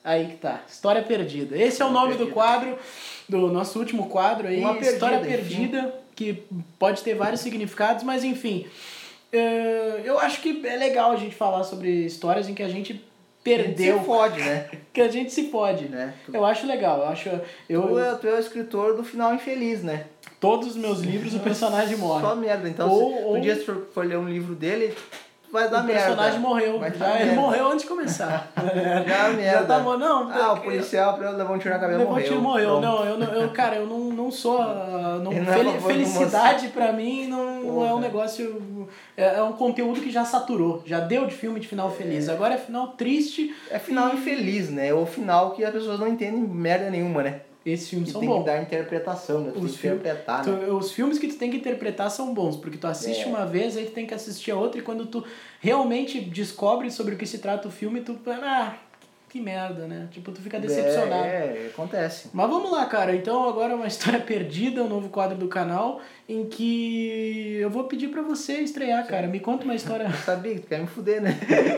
[SPEAKER 1] Aí que tá. História perdida. Esse é o nome do
[SPEAKER 2] Perdida.
[SPEAKER 1] quadro, do nosso último quadro aí.
[SPEAKER 2] Uma perdida,
[SPEAKER 1] história
[SPEAKER 2] enfim.
[SPEAKER 1] perdida, que pode ter vários significados, mas enfim. Eh, Eu acho que é legal a gente falar sobre histórias em que a gente
[SPEAKER 2] A gente se
[SPEAKER 1] perdeu, É,
[SPEAKER 2] fode, né?
[SPEAKER 1] que a gente se pode.
[SPEAKER 2] né? Tu,
[SPEAKER 1] Eu acho legal, eu acho.
[SPEAKER 2] tu,
[SPEAKER 1] Eu,
[SPEAKER 2] é, tu é o escritor do final infeliz, né?
[SPEAKER 1] todos os meus livros, o personagem morre.
[SPEAKER 2] Só merda. Então,
[SPEAKER 1] Ou-
[SPEAKER 2] se
[SPEAKER 1] ou-
[SPEAKER 2] um dia se for, for ler um livro dele, vai dar
[SPEAKER 1] O
[SPEAKER 2] merda.
[SPEAKER 1] personagem morreu.
[SPEAKER 2] Vai dar
[SPEAKER 1] Já, ele
[SPEAKER 2] merda.
[SPEAKER 1] morreu antes de começar.
[SPEAKER 2] Já é merda.
[SPEAKER 1] Já tá bom, não.
[SPEAKER 2] Ah, o policial levou um tiro na cabeça
[SPEAKER 1] Levou
[SPEAKER 2] morreu.
[SPEAKER 1] tiro e morreu. né?
[SPEAKER 2] Pronto.
[SPEAKER 1] Não, eu não, eu, cara, eu não, não sou. ah, Não,
[SPEAKER 2] Ele não é
[SPEAKER 1] fel-
[SPEAKER 2] a favor do
[SPEAKER 1] felicidade pra mim não é um
[SPEAKER 2] Porra.
[SPEAKER 1] negócio é, é um conteúdo que já saturou, já deu de filme de final feliz. Agora é final triste.
[SPEAKER 2] É final infeliz, né? Ou final que as pessoas não entendem merda nenhuma, né?
[SPEAKER 1] Esses filmes
[SPEAKER 2] E
[SPEAKER 1] são
[SPEAKER 2] tem que
[SPEAKER 1] bons.
[SPEAKER 2] dar interpretação, né? Tu tem
[SPEAKER 1] Os
[SPEAKER 2] que
[SPEAKER 1] filmes-
[SPEAKER 2] interpretar,
[SPEAKER 1] Tu-
[SPEAKER 2] né?
[SPEAKER 1] os filmes que tu tem que interpretar são bons, porque tu assiste
[SPEAKER 2] É.
[SPEAKER 1] uma vez, aí tu tem que assistir a outra, e quando tu realmente descobre sobre o que se trata o filme, tu. Ah, que merda, né? Tipo, tu fica decepcionado.
[SPEAKER 2] É, é, acontece.
[SPEAKER 1] Mas vamos lá, cara. Então agora é uma história perdida, um novo quadro do canal, em que eu vou pedir pra você estrear, cara. Me conta uma história.
[SPEAKER 2] Eu sabia que tu quer me fuder, né?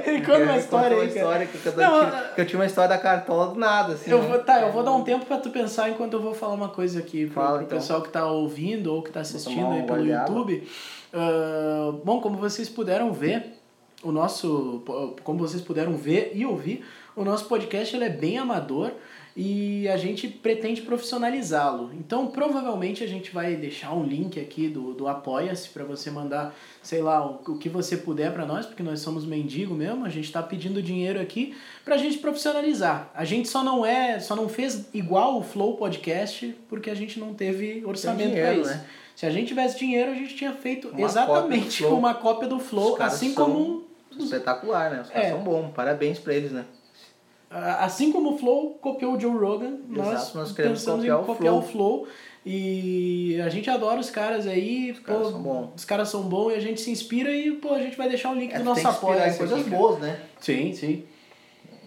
[SPEAKER 1] Me conta uma
[SPEAKER 2] É,
[SPEAKER 1] história
[SPEAKER 2] conta uma
[SPEAKER 1] aí, cara.
[SPEAKER 2] história que, que eu,
[SPEAKER 1] Não,
[SPEAKER 2] tive, que eu tinha uma história da cartola do nada, assim.
[SPEAKER 1] Eu
[SPEAKER 2] né?
[SPEAKER 1] vou, tá, eu vou dar um tempo pra tu pensar enquanto eu vou falar uma coisa aqui pro,
[SPEAKER 2] Fala,
[SPEAKER 1] pro
[SPEAKER 2] então.
[SPEAKER 1] pessoal que tá ouvindo ou que tá assistindo
[SPEAKER 2] tomar
[SPEAKER 1] aí
[SPEAKER 2] um
[SPEAKER 1] pelo
[SPEAKER 2] gole de água.
[SPEAKER 1] YouTube. Ah, bom, como vocês puderam ver, o nosso. Como vocês puderam ver e ouvir, o nosso podcast ele é bem amador e a gente pretende profissionalizá-lo. Então, provavelmente a gente vai deixar um link aqui do, do Apoia-se para você mandar, sei lá, o, o que você puder para nós, porque nós somos mendigo mesmo, a gente tá pedindo dinheiro aqui pra gente profissionalizar. A gente só não é, só não fez igual o Flow Podcast porque a gente não teve orçamento para
[SPEAKER 2] dinheiro,
[SPEAKER 1] isso.
[SPEAKER 2] né?
[SPEAKER 1] Se a gente tivesse dinheiro, a gente tinha feito
[SPEAKER 2] Uma
[SPEAKER 1] exatamente
[SPEAKER 2] cópia do Flow.
[SPEAKER 1] uma cópia do Flow,
[SPEAKER 2] Os caras
[SPEAKER 1] assim
[SPEAKER 2] são-
[SPEAKER 1] como
[SPEAKER 2] Espetacular, né? Os caras
[SPEAKER 1] É.
[SPEAKER 2] são bons, parabéns pra eles, né?
[SPEAKER 1] Ah, Assim como o Flow copiou o Joe Rogan, nós,
[SPEAKER 2] nós queremos
[SPEAKER 1] pensamos
[SPEAKER 2] copiar
[SPEAKER 1] em
[SPEAKER 2] o
[SPEAKER 1] copiar o Flow. E a gente adora os caras aí. Os
[SPEAKER 2] caras são bons.
[SPEAKER 1] Os caras são bons e a gente se inspira e pô, a gente vai deixar o link
[SPEAKER 2] É,
[SPEAKER 1] do
[SPEAKER 2] tu
[SPEAKER 1] nosso
[SPEAKER 2] tem que
[SPEAKER 1] apoio.
[SPEAKER 2] inspirar em coisas boas, né?
[SPEAKER 1] Sim, sim.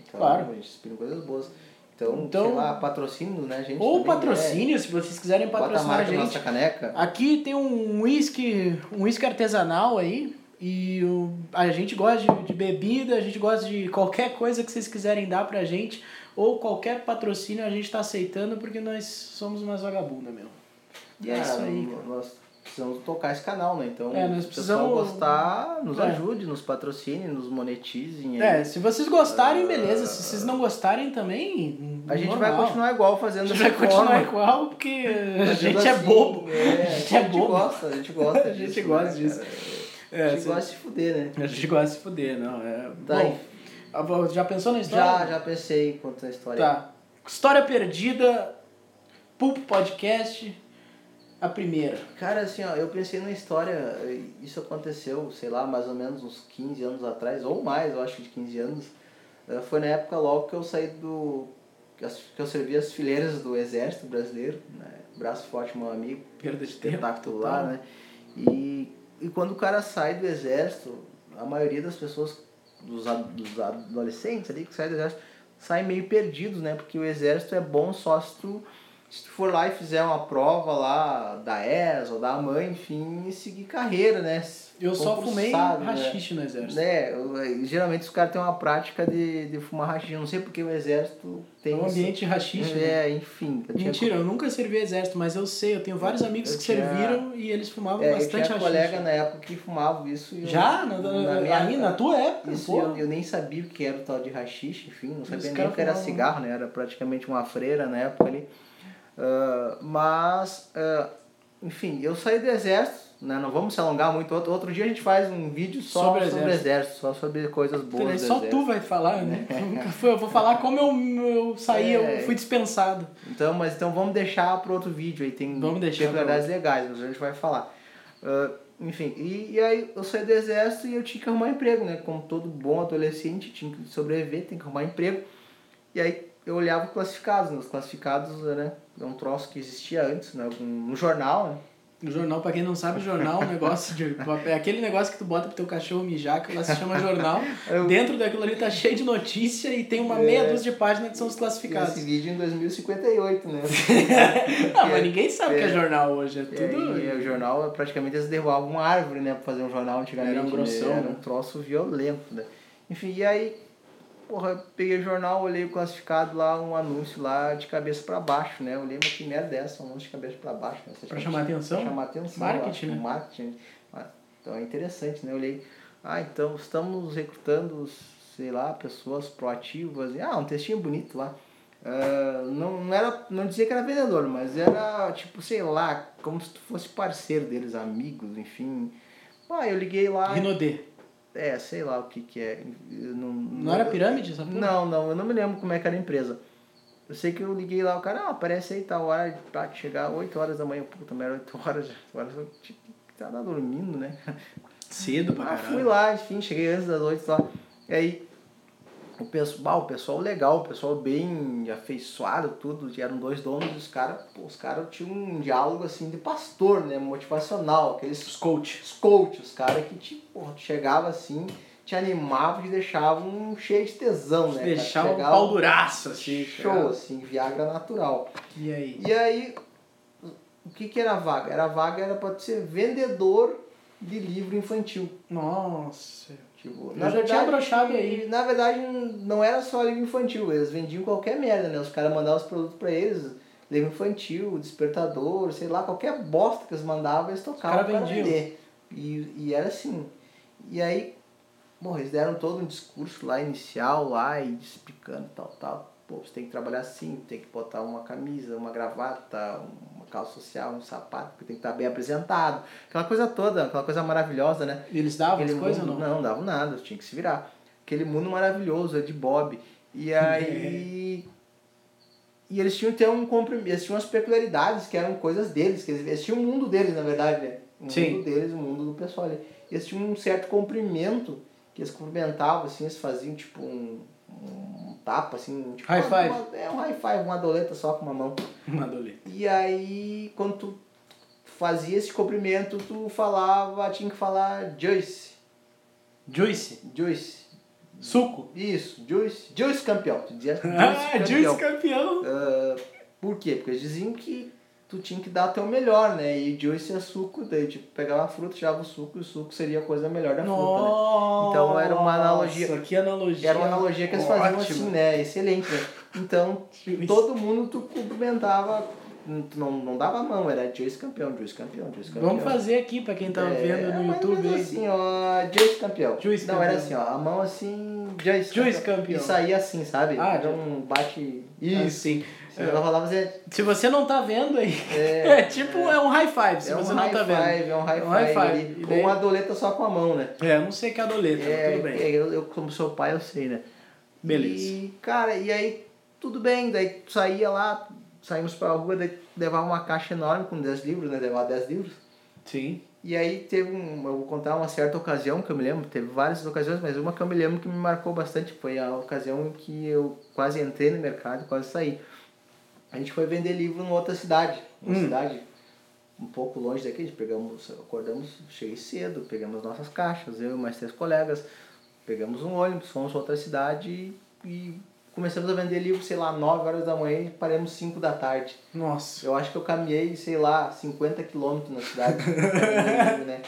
[SPEAKER 2] Então,
[SPEAKER 1] Claro.
[SPEAKER 2] eles Inspiram em coisas boas. Então,
[SPEAKER 1] Então-
[SPEAKER 2] sei lá, patrocínio, né, gente?
[SPEAKER 1] Ou
[SPEAKER 2] também,
[SPEAKER 1] patrocínio, se vocês quiserem
[SPEAKER 2] né? Bota a
[SPEAKER 1] patrocinar a
[SPEAKER 2] marca na
[SPEAKER 1] gente.
[SPEAKER 2] nossa caneca.
[SPEAKER 1] Aqui tem um whisky, um whisky artesanal aí. E o- a gente gosta de, de bebida, a gente gosta de qualquer coisa que vocês quiserem dar pra gente. Ou qualquer patrocínio a gente tá aceitando porque nós somos umas vagabundas, meu. E é
[SPEAKER 2] Cara,
[SPEAKER 1] isso aí,
[SPEAKER 2] n-
[SPEAKER 1] cara.
[SPEAKER 2] Nós precisamos tocar esse canal, né? Então,
[SPEAKER 1] É, nós
[SPEAKER 2] se o pessoal
[SPEAKER 1] precisamos-
[SPEAKER 2] gostar, nos
[SPEAKER 1] É.
[SPEAKER 2] ajude, nos patrocine, nos monetizem. aí.
[SPEAKER 1] É, se vocês gostarem, beleza. Se vocês não gostarem também.
[SPEAKER 2] A gente vai
[SPEAKER 1] normal.
[SPEAKER 2] continuar igual
[SPEAKER 1] A
[SPEAKER 2] fazendo
[SPEAKER 1] gente
[SPEAKER 2] dessa
[SPEAKER 1] vai continuar
[SPEAKER 2] forma.
[SPEAKER 1] igual porque a
[SPEAKER 2] Fazendo
[SPEAKER 1] gente é
[SPEAKER 2] assim,
[SPEAKER 1] bobo.
[SPEAKER 2] é,
[SPEAKER 1] A gente é bobo.
[SPEAKER 2] gosta, a gente gosta
[SPEAKER 1] A gente
[SPEAKER 2] disso.
[SPEAKER 1] gosta
[SPEAKER 2] né,
[SPEAKER 1] disso.
[SPEAKER 2] cara?
[SPEAKER 1] É,
[SPEAKER 2] a gente
[SPEAKER 1] assim,
[SPEAKER 2] gosta de se fuder, né?
[SPEAKER 1] a gente gosta de se fuder, não. É...
[SPEAKER 2] Tá,
[SPEAKER 1] Bom, a vo- já pensou na história?
[SPEAKER 2] Já, já pensei quanto a história.
[SPEAKER 1] Tá. História Perdida, Pulp Podcast, a primeira.
[SPEAKER 2] Cara, assim, ó, eu pensei numa história, eh, isso aconteceu, sei lá, mais ou menos uns 15 anos atrás, ou mais, eu acho, de 15 anos. Eh, Foi na época logo que eu saí do. que as- que eu servi as fileiras do Exército Brasileiro, né? Braço forte, meu amigo,
[SPEAKER 1] Perda de tempo.
[SPEAKER 2] espetacular,
[SPEAKER 1] total.
[SPEAKER 2] né? E, e quando o cara sai do Exército, a maioria das pessoas, dos, a- dos adolescentes ali que saem do Exército, saem meio perdidos, né? Porque o Exército é bom só se tu se tu for lá e fizer uma prova lá da ES ou da AMAN, enfim, e seguir carreira, né?
[SPEAKER 1] Eu só fumei
[SPEAKER 2] Concursado, né?
[SPEAKER 1] rachixe no exército.
[SPEAKER 2] Né? eu- Geralmente os caras têm uma prática de, de fumar rachixe. Eu não sei porque o exército
[SPEAKER 1] É
[SPEAKER 2] tem...
[SPEAKER 1] um ambiente rachixe. né?
[SPEAKER 2] É, enfim. eu tinha
[SPEAKER 1] Mentira, eu nunca servi exército, mas eu sei, eu tenho vários amigos
[SPEAKER 2] Eu
[SPEAKER 1] que
[SPEAKER 2] tinha-
[SPEAKER 1] serviram e eles fumavam
[SPEAKER 2] É, eu
[SPEAKER 1] bastante
[SPEAKER 2] tinha
[SPEAKER 1] rachixe.
[SPEAKER 2] colega na época que fumava isso. e eu-
[SPEAKER 1] Já? Na, na,
[SPEAKER 2] minha-
[SPEAKER 1] aí, na tua época?
[SPEAKER 2] Isso,
[SPEAKER 1] pô?
[SPEAKER 2] eu, eu nem sabia o que era o tal de rachixe, enfim, não
[SPEAKER 1] Os
[SPEAKER 2] sabia nem
[SPEAKER 1] caras
[SPEAKER 2] o que era
[SPEAKER 1] fumavam.
[SPEAKER 2] cigarro, né? Era praticamente uma freira na época ali. Ah, mas, ah, enfim, eu saí do exército, né? Não vamos se alongar muito. Outro, outro dia a gente faz um vídeo só
[SPEAKER 1] Sobre
[SPEAKER 2] sobre,
[SPEAKER 1] o
[SPEAKER 2] o exército, só sobre coisas boas do
[SPEAKER 1] Só
[SPEAKER 2] exército.
[SPEAKER 1] tu vai falar, né? Nunca foi. Eu vou falar como eu, eu saí,
[SPEAKER 2] É.
[SPEAKER 1] eu fui dispensado.
[SPEAKER 2] Então, mas então vamos deixar para outro vídeo aí, tem
[SPEAKER 1] Vamos deixar pra
[SPEAKER 2] peculiaridades legais, mas a gente vai falar. Ah, enfim, e, e aí eu saí do exército e eu tinha que arrumar emprego, né? Como todo bom adolescente, tinha que sobreviver, tem que arrumar emprego. E aí eu olhava classificados, né? Os classificados, né? É um troço que existia antes, né? Um, um jornal, né?
[SPEAKER 1] O jornal, pra quem não sabe, jornal é um negócio de. É aquele negócio que tu bota pro teu cachorro mijar, que lá se chama jornal.
[SPEAKER 2] Eu-
[SPEAKER 1] Dentro daquilo ali tá cheio de notícia e tem uma
[SPEAKER 2] É.
[SPEAKER 1] meia dúzia de páginas que são os
[SPEAKER 2] Esse
[SPEAKER 1] classificados.
[SPEAKER 2] vídeo em 2058, né?
[SPEAKER 1] Não, mas ninguém sabe o que é
[SPEAKER 2] É.
[SPEAKER 1] jornal hoje, é
[SPEAKER 2] E aí,
[SPEAKER 1] tudo.
[SPEAKER 2] o jornal, praticamente eles derrubavam uma árvore, né? Pra fazer um jornal antigamente.
[SPEAKER 1] Era um
[SPEAKER 2] né,
[SPEAKER 1] grossão,
[SPEAKER 2] Era
[SPEAKER 1] né?
[SPEAKER 2] um troço violento, né? Enfim, e aí, porra, eu peguei o jornal, olhei o classificado lá, um anúncio lá de cabeça pra baixo, né? Eu olhei, mas que merda é essa? Um anúncio de cabeça pra baixo, né? Essa
[SPEAKER 1] Pra chamar atenção?
[SPEAKER 2] Pra chamar atenção.
[SPEAKER 1] Marketing,
[SPEAKER 2] eu acho,
[SPEAKER 1] né?
[SPEAKER 2] Marketing. Ah, Então é interessante, né? Eu olhei, ah, então estamos recrutando, sei lá, pessoas proativas. E, Ah, um textinho bonito lá. Ah, não, não era não dizia que era vendedor mas era tipo sei lá como se tu fosse parceiro deles amigos enfim ah eu liguei lá
[SPEAKER 1] Rinodê.
[SPEAKER 2] é sei lá o que que é eu não,
[SPEAKER 1] Não era pirâmide essa porra?
[SPEAKER 2] não, não, eu não me lembro como é que era a empresa. Eu sei que eu liguei lá, o cara, ah, aparece aí tal hora, pra chegar 8 horas da manhã, puta, mas era 8 horas, já, 8 horas eu tinha que estar lá tá dormindo, né?
[SPEAKER 1] Cedo pra
[SPEAKER 2] Ah,
[SPEAKER 1] caralho.
[SPEAKER 2] fui lá, enfim, cheguei antes das 8 lá. E aí, o pessoal, o pessoal legal, o pessoal bem afeiçoado, tudo. Eram dois donos e os caras, pô, os caras tinham um diálogo assim de pastor, né? Motivacional, aqueles
[SPEAKER 1] Os coach.
[SPEAKER 2] os coaches, os caras que te, porra, tu chegava assim, te animavam e te deixavam cheio de tesão, né? cara?
[SPEAKER 1] Deixar o
[SPEAKER 2] Chegava
[SPEAKER 1] um pau duraço, assim.
[SPEAKER 2] Show, assim, Viagra natural.
[SPEAKER 1] E aí?
[SPEAKER 2] E aí, o que que era a vaga? Era a vaga, era pra tu ser vendedor de livro infantil.
[SPEAKER 1] Nossa.
[SPEAKER 2] Tipo,
[SPEAKER 1] Eu já tinha broxado aí.
[SPEAKER 2] na verdade, não era só livro infantil, eles vendiam qualquer merda, né? Os caras mandavam os produtos pra eles, livro infantil, despertador, sei lá, qualquer bosta que eles mandavam, eles tocavam
[SPEAKER 1] caras
[SPEAKER 2] pra
[SPEAKER 1] vendiam.
[SPEAKER 2] vender. E, e era assim. E aí, bom, eles deram todo um discurso lá inicial, lá, e explicando tal, tal. Pô, você tem que trabalhar assim, tem que botar uma camisa, uma gravata, uma calça social, um sapato, porque tem que estar bem apresentado. Aquela coisa toda, aquela coisa maravilhosa, né?
[SPEAKER 1] Eles davam as
[SPEAKER 2] Aquele
[SPEAKER 1] coisas ou
[SPEAKER 2] mundo-
[SPEAKER 1] não?
[SPEAKER 2] Não, davam nada, tinha que se virar. Aquele mundo maravilhoso, é de Bob. E aí. E eles tinham que ter um compromisso, eles tinham umas peculiaridades que eram coisas deles, que eles, eles tinham o mundo deles, na verdade, né? O
[SPEAKER 1] Sim.
[SPEAKER 2] mundo deles, o mundo do pessoal ali. E eles tinham um certo comprimento que eles cumprimentavam, assim, eles faziam tipo um, um tapa, assim, tipo.
[SPEAKER 1] High
[SPEAKER 2] uma-
[SPEAKER 1] five.
[SPEAKER 2] uma- é um high five, uma doleta só com uma mão.
[SPEAKER 1] Mandou ler.
[SPEAKER 2] E aí, quando tu fazia esse cumprimento, tu falava, tinha que falar Joyce.
[SPEAKER 1] Juice.
[SPEAKER 2] Juice.
[SPEAKER 1] Suco.
[SPEAKER 2] Isso, Juice. Juice campeão. Tu dizia Juice
[SPEAKER 1] Ah,
[SPEAKER 2] campeão.
[SPEAKER 1] Juice campeão.
[SPEAKER 2] Por quê? Porque eles diziam que tu tinha que dar o teu melhor, né? E Juice é suco, daí tipo, pegava a fruta, tirava o suco e o suco seria a coisa melhor da fruta, né?
[SPEAKER 1] Nossa.
[SPEAKER 2] Então era uma analogia-
[SPEAKER 1] Nossa, que analogia.
[SPEAKER 2] Era uma analogia que eles faziam
[SPEAKER 1] Ótimo.
[SPEAKER 2] assim, né? Excelente, né? Então,
[SPEAKER 1] Juice.
[SPEAKER 2] todo mundo tu cumprimentava, tu não, não dava a mão, era Juice campeão, Juice campeão, Juice campeão.
[SPEAKER 1] Vamos fazer aqui pra quem tá
[SPEAKER 2] É,
[SPEAKER 1] vendo no
[SPEAKER 2] mais ou
[SPEAKER 1] YouTube.
[SPEAKER 2] menos
[SPEAKER 1] aí. Ah,
[SPEAKER 2] assim, ó, Joyce campeão.
[SPEAKER 1] Joyce
[SPEAKER 2] não,
[SPEAKER 1] campeão.
[SPEAKER 2] era assim, ó, a mão assim, Joyce,
[SPEAKER 1] Joyce campeão.
[SPEAKER 2] E saía assim, sabe?
[SPEAKER 1] Ah,
[SPEAKER 2] Era um bate... Isso.
[SPEAKER 1] Assim.
[SPEAKER 2] Se ela falava, você...
[SPEAKER 1] Se você não tá vendo aí, é,
[SPEAKER 2] É,
[SPEAKER 1] tipo, é, um high five, se
[SPEAKER 2] é um
[SPEAKER 1] você
[SPEAKER 2] high
[SPEAKER 1] não tá vendo.
[SPEAKER 2] five, é um high
[SPEAKER 1] É um
[SPEAKER 2] five.
[SPEAKER 1] high five.
[SPEAKER 2] ali,
[SPEAKER 1] E
[SPEAKER 2] com
[SPEAKER 1] daí-
[SPEAKER 2] uma doleta só com a mão, né?
[SPEAKER 1] É, eu não sei que é a doleta, mas tudo bem.
[SPEAKER 2] é, eu, eu, como sou pai, eu sei, né?
[SPEAKER 1] Beleza.
[SPEAKER 2] E, cara, e aí, tudo bem, daí tu saía lá, saímos pra rua, daí levava uma caixa enorme com 10 livros, né? Levava 10 livros.
[SPEAKER 1] Sim.
[SPEAKER 2] E aí teve um, eu vou contar uma certa ocasião que eu me lembro, teve várias ocasiões, mas uma que eu me lembro que me marcou bastante foi a ocasião em que eu quase entrei no mercado, quase saí. A gente foi vender livro em outra cidade, uma
[SPEAKER 1] Hum.
[SPEAKER 2] cidade um pouco longe daqui, a gente pegamos, acordamos, cheguei cedo, pegamos nossas caixas, eu e mais três colegas, pegamos um ônibus, fomos para outra cidade e, e começamos a vender livro, sei lá, 9 horas da manhã e paramos 5 da tarde.
[SPEAKER 1] Nossa.
[SPEAKER 2] Eu acho que eu caminhei, sei lá, 50 quilômetros na cidade. né?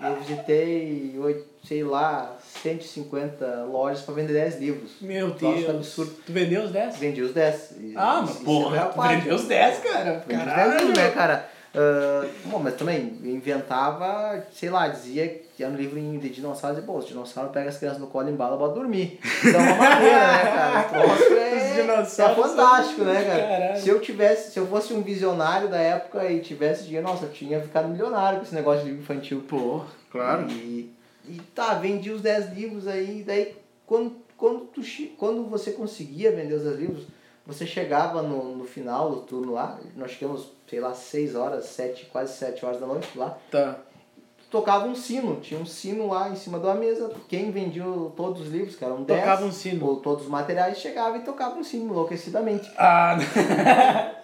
[SPEAKER 2] Eu visitei, oito- sei lá, 150 lojas pra vender 10 livros.
[SPEAKER 1] Meu
[SPEAKER 2] Nossa,
[SPEAKER 1] Deus.
[SPEAKER 2] absurdo.
[SPEAKER 1] tá Tu vendeu os 10?
[SPEAKER 2] Vendi os 10. E-
[SPEAKER 1] Ah,
[SPEAKER 2] isso
[SPEAKER 1] mas
[SPEAKER 2] é
[SPEAKER 1] porra,
[SPEAKER 2] real
[SPEAKER 1] tu
[SPEAKER 2] parte.
[SPEAKER 1] vendeu os 10, cara.
[SPEAKER 2] Vendi os 10
[SPEAKER 1] Caralho.
[SPEAKER 2] livros, né, cara? Ah, bom, mas também eu inventava, sei lá, dizia que era um livro em- de dinossauro, dizia, pô, os dinossauros pegam as crianças no colo, embala, bota dormir. Então é uma maneira, né, cara? O troço
[SPEAKER 1] Os
[SPEAKER 2] é,
[SPEAKER 1] dinossauros
[SPEAKER 2] é fantástico,
[SPEAKER 1] são-
[SPEAKER 2] né, cara?
[SPEAKER 1] Caralho.
[SPEAKER 2] Se eu tivesse, se eu fosse um visionário da época e tivesse dinheiro, nossa, eu tinha ficado milionário com esse negócio de livro infantil.
[SPEAKER 1] Pô, claro.
[SPEAKER 2] E, e tá, vendi os 10 livros aí, daí quando, quando, tu, che- quando você conseguia vender os 10 livros, você chegava no, no final do turno lá, nós chegamos, sei lá, 6 horas, 7, quase 7 horas da noite lá,
[SPEAKER 1] Tá.
[SPEAKER 2] tocava um sino, tinha um sino lá em cima da mesa, quem vendia o- todos os livros, que eram 10,
[SPEAKER 1] Tocava um sino.
[SPEAKER 2] ou todos os materiais, chegava e tocava um sino enlouquecidamente.
[SPEAKER 1] Ah,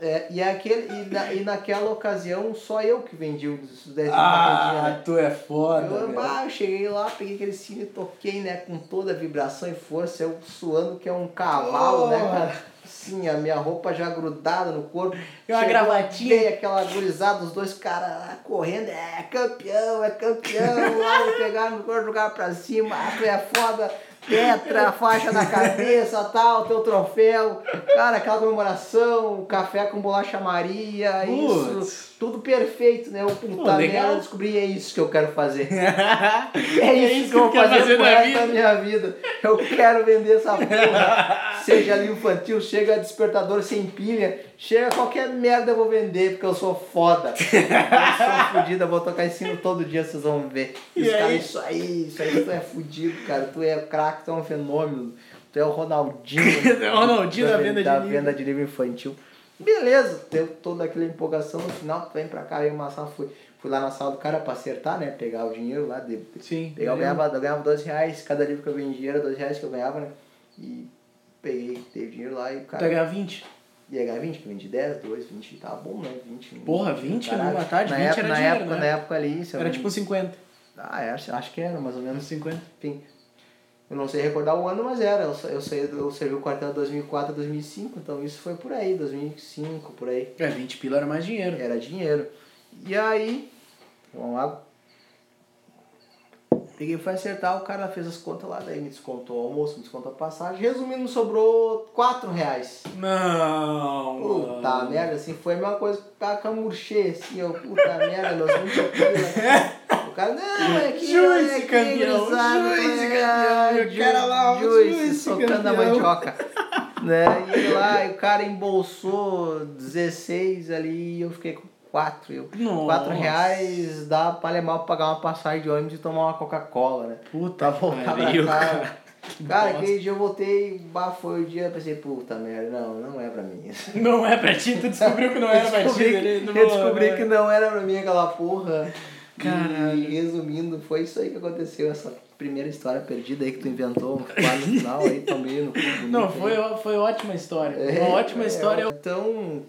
[SPEAKER 2] É, e, aquele, e, na, e naquela ocasião só eu que vendi um os 10
[SPEAKER 1] ah
[SPEAKER 2] né?
[SPEAKER 1] tu é foda.
[SPEAKER 2] Eu,
[SPEAKER 1] velho.
[SPEAKER 2] ah, eu cheguei lá, peguei aquele cine, toquei, né, com toda a vibração e força, eu suando que é um cavalo, né, cara? Sim, a minha roupa já grudada no corpo.
[SPEAKER 1] E uma
[SPEAKER 2] Chegou,
[SPEAKER 1] gravatinha.
[SPEAKER 2] veio aquela gurizada, os dois caras lá correndo, é campeão, é campeão, lá me pegaram no corpo, jogaram pra cima, ah, tu é foda, tetra, faixa na cabeça, tal, teu troféu, cara, aquela comemoração, café com bolacha Maria,
[SPEAKER 1] Putz.
[SPEAKER 2] isso, tudo perfeito, né, eu, puta
[SPEAKER 1] legal.
[SPEAKER 2] merda, descobri, é isso que eu quero fazer.
[SPEAKER 1] é
[SPEAKER 2] É isso que eu vou
[SPEAKER 1] quer
[SPEAKER 2] fazer, por
[SPEAKER 1] na
[SPEAKER 2] essa
[SPEAKER 1] vida.
[SPEAKER 2] minha vida. Eu quero vender essa porra. Seja livro infantil, chega despertador sem pilha, chega qualquer merda eu vou vender, porque eu sou foda. Eu sou fodida, eu vou tocar em cima todo dia, vocês vão ver.
[SPEAKER 1] E é
[SPEAKER 2] Os caras,
[SPEAKER 1] aí?
[SPEAKER 2] isso aí, isso aí, tu é fudido, cara. Tu é craque, tu é um fenômeno. Tu é o Ronaldinho.
[SPEAKER 1] É o Ronaldinho da venda de
[SPEAKER 2] da
[SPEAKER 1] livro.
[SPEAKER 2] venda de livro infantil. Beleza, deu toda aquela empolgação no final, vem pra cá, eu e o Massal fui, fui lá na sala do cara pra acertar, né? Pegar o dinheiro lá, de,
[SPEAKER 1] Sim.
[SPEAKER 2] pegar, eu,
[SPEAKER 1] é.
[SPEAKER 2] ganhava, eu ganhava 12 reais, cada livro que eu vendia era 12 reais que eu ganhava, né? E peguei, teve dinheiro lá e o cara
[SPEAKER 1] Tu ia ganhar 20.
[SPEAKER 2] ia ganhar 20, que eu vendi 10, 2, 20, tá bom, né? 20.
[SPEAKER 1] Porra, 20
[SPEAKER 2] caralho.
[SPEAKER 1] numa tarde?
[SPEAKER 2] na
[SPEAKER 1] 20
[SPEAKER 2] época,
[SPEAKER 1] era
[SPEAKER 2] na
[SPEAKER 1] dinheiro,
[SPEAKER 2] época,
[SPEAKER 1] né?
[SPEAKER 2] Na época ali, se eu
[SPEAKER 1] Era
[SPEAKER 2] não-
[SPEAKER 1] tipo 50.
[SPEAKER 2] Ah, é, acho, acho que era, mais ou
[SPEAKER 1] Menos
[SPEAKER 2] menos.
[SPEAKER 1] 50.
[SPEAKER 2] Enfim, eu não sei recordar o ano, mas era. Eu, sa- eu, saí, do- eu servi o quartel de 2004 a 2005, então isso foi por aí, 2005, por aí.
[SPEAKER 1] É, 20 pila era mais dinheiro.
[SPEAKER 2] Era dinheiro. E aí, vamos lá. Peguei, fui acertar, o cara fez as contas lá, daí me descontou o almoço, me descontou a passagem. Resumindo, sobrou 4 reais.
[SPEAKER 1] Não.
[SPEAKER 2] Puta
[SPEAKER 1] mano.
[SPEAKER 2] merda, assim, foi a mesma coisa que tá com a murchê, assim, ó, puta merda, nós vamos pila. O cara, não, é que
[SPEAKER 1] Juiz,
[SPEAKER 2] é que
[SPEAKER 1] campeão,
[SPEAKER 2] gurizada,
[SPEAKER 1] juiz,
[SPEAKER 2] é,
[SPEAKER 1] campeão, e o
[SPEAKER 2] ju-
[SPEAKER 1] cara lá, ó,
[SPEAKER 2] juiz,
[SPEAKER 1] juiz,
[SPEAKER 2] socando a
[SPEAKER 1] campeão.
[SPEAKER 2] mandioca. né? E ele lá, e o cara embolsou 16 ali e eu fiquei com 4. Eu,
[SPEAKER 1] Nossa.
[SPEAKER 2] 4 reais dá pra alemão pra pagar uma passagem de ônibus e tomar uma Coca-Cola, né?
[SPEAKER 1] Puta
[SPEAKER 2] Pra voltar pra
[SPEAKER 1] pariu,
[SPEAKER 2] casa.
[SPEAKER 1] cara. Que
[SPEAKER 2] Cara,
[SPEAKER 1] bosta.
[SPEAKER 2] aquele dia eu voltei, bah, foi o dia, eu pensei, puta merda, não, não é pra mim.
[SPEAKER 1] Não é pra ti, tu descobriu que não era pra ti.
[SPEAKER 2] descobri que-
[SPEAKER 1] ele-
[SPEAKER 2] eu descobri
[SPEAKER 1] não. né?
[SPEAKER 2] que não era pra mim aquela porra.
[SPEAKER 1] Caralho.
[SPEAKER 2] E resumindo, foi isso aí que aconteceu, essa primeira história perdida aí que tu inventou lá no final aí também no cu bonito
[SPEAKER 1] Não,
[SPEAKER 2] aí.
[SPEAKER 1] foi, ó- foi ótima história.
[SPEAKER 2] É,
[SPEAKER 1] Uma ótima
[SPEAKER 2] é,
[SPEAKER 1] história.
[SPEAKER 2] Então,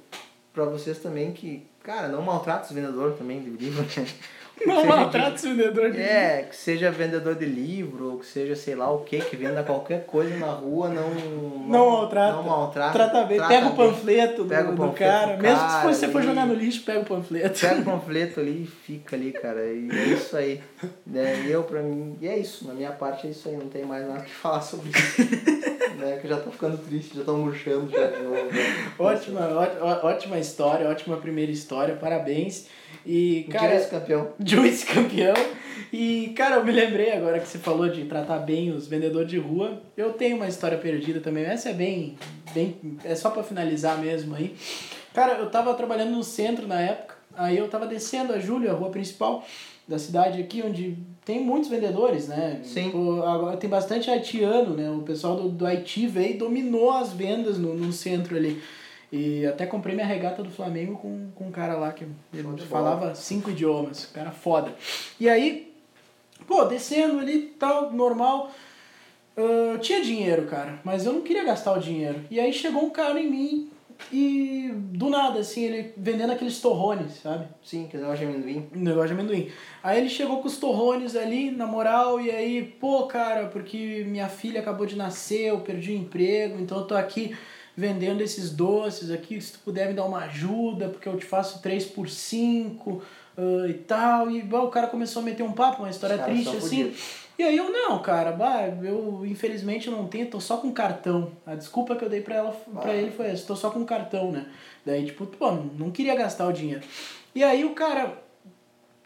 [SPEAKER 2] pra vocês também que, cara, não maltrata os vendedores também de livro, né?
[SPEAKER 1] Não
[SPEAKER 2] Seja
[SPEAKER 1] maltrata o vendedor.
[SPEAKER 2] de- É, que seja vendedor de livro, ou que seja sei lá o que, que venda qualquer coisa na rua, não.
[SPEAKER 1] Não maltrata.
[SPEAKER 2] Não maltrata.
[SPEAKER 1] Trata bem.
[SPEAKER 2] trata
[SPEAKER 1] pega o
[SPEAKER 2] bem.
[SPEAKER 1] panfleto, do,
[SPEAKER 2] Pega o
[SPEAKER 1] do
[SPEAKER 2] panfleto
[SPEAKER 1] cara.
[SPEAKER 2] do
[SPEAKER 1] Mesmo
[SPEAKER 2] cara
[SPEAKER 1] se você for
[SPEAKER 2] ali.
[SPEAKER 1] jogar no lixo, pega o panfleto.
[SPEAKER 2] Pega o panfleto ali e fica ali, cara. E é isso aí. Né? E eu, pra mim, e é isso. Na minha parte é isso aí. Não tem mais nada que falar sobre isso. né? Que eu já tô ficando triste, já tô murchando já de novo. né?
[SPEAKER 1] Ótima, ó- ó- ótima história, ótima primeira história, parabéns. E,
[SPEAKER 2] Cara,
[SPEAKER 1] cara,
[SPEAKER 2] esse campeão.
[SPEAKER 1] Juiz campeão. um E, cara, eu me lembrei agora que você falou de tratar bem os vendedores de rua. Eu tenho uma história perdida também. Essa é bem. bem é só pra finalizar mesmo aí. Cara, eu tava trabalhando no centro na época. Aí eu tava descendo a Júlia, a rua principal da cidade aqui, onde tem muitos vendedores, né?
[SPEAKER 2] Sim.
[SPEAKER 1] Pô, agora tem bastante haitiano, né? O pessoal do, do Haiti veio e dominou as vendas no, no centro ali. E até comprei minha regata do Flamengo com, com um cara lá que
[SPEAKER 2] Show de
[SPEAKER 1] ele
[SPEAKER 2] bola.
[SPEAKER 1] falava cinco idiomas, o cara é foda. E aí, pô, descendo ali, tal, normal. Ah, eu tinha dinheiro, cara, mas eu não queria gastar o dinheiro. E aí chegou um cara em mim e do nada, assim, ele vendendo aqueles torrones, sabe?
[SPEAKER 2] Sim, que eu de amendoim.
[SPEAKER 1] Um negócio de amendoim. Aí ele chegou com os torrones ali, na moral, e aí, pô, cara, porque minha filha acabou de nascer, eu perdi o emprego, então eu tô aqui vendendo esses doces aqui, se tu puder me dar uma ajuda, porque eu te faço 3 por 5 e tal. E bom, o cara começou a meter um papo, uma história
[SPEAKER 2] Os caras
[SPEAKER 1] triste
[SPEAKER 2] são
[SPEAKER 1] assim.
[SPEAKER 2] fodidos.
[SPEAKER 1] E aí eu, não, cara, bah, eu infelizmente não tenho, tô só com cartão. A desculpa que eu dei pra, ela, pra
[SPEAKER 2] Ah.
[SPEAKER 1] ele foi essa, tô só com cartão, né? Daí, tipo, pô, não queria gastar o dinheiro. E aí o cara,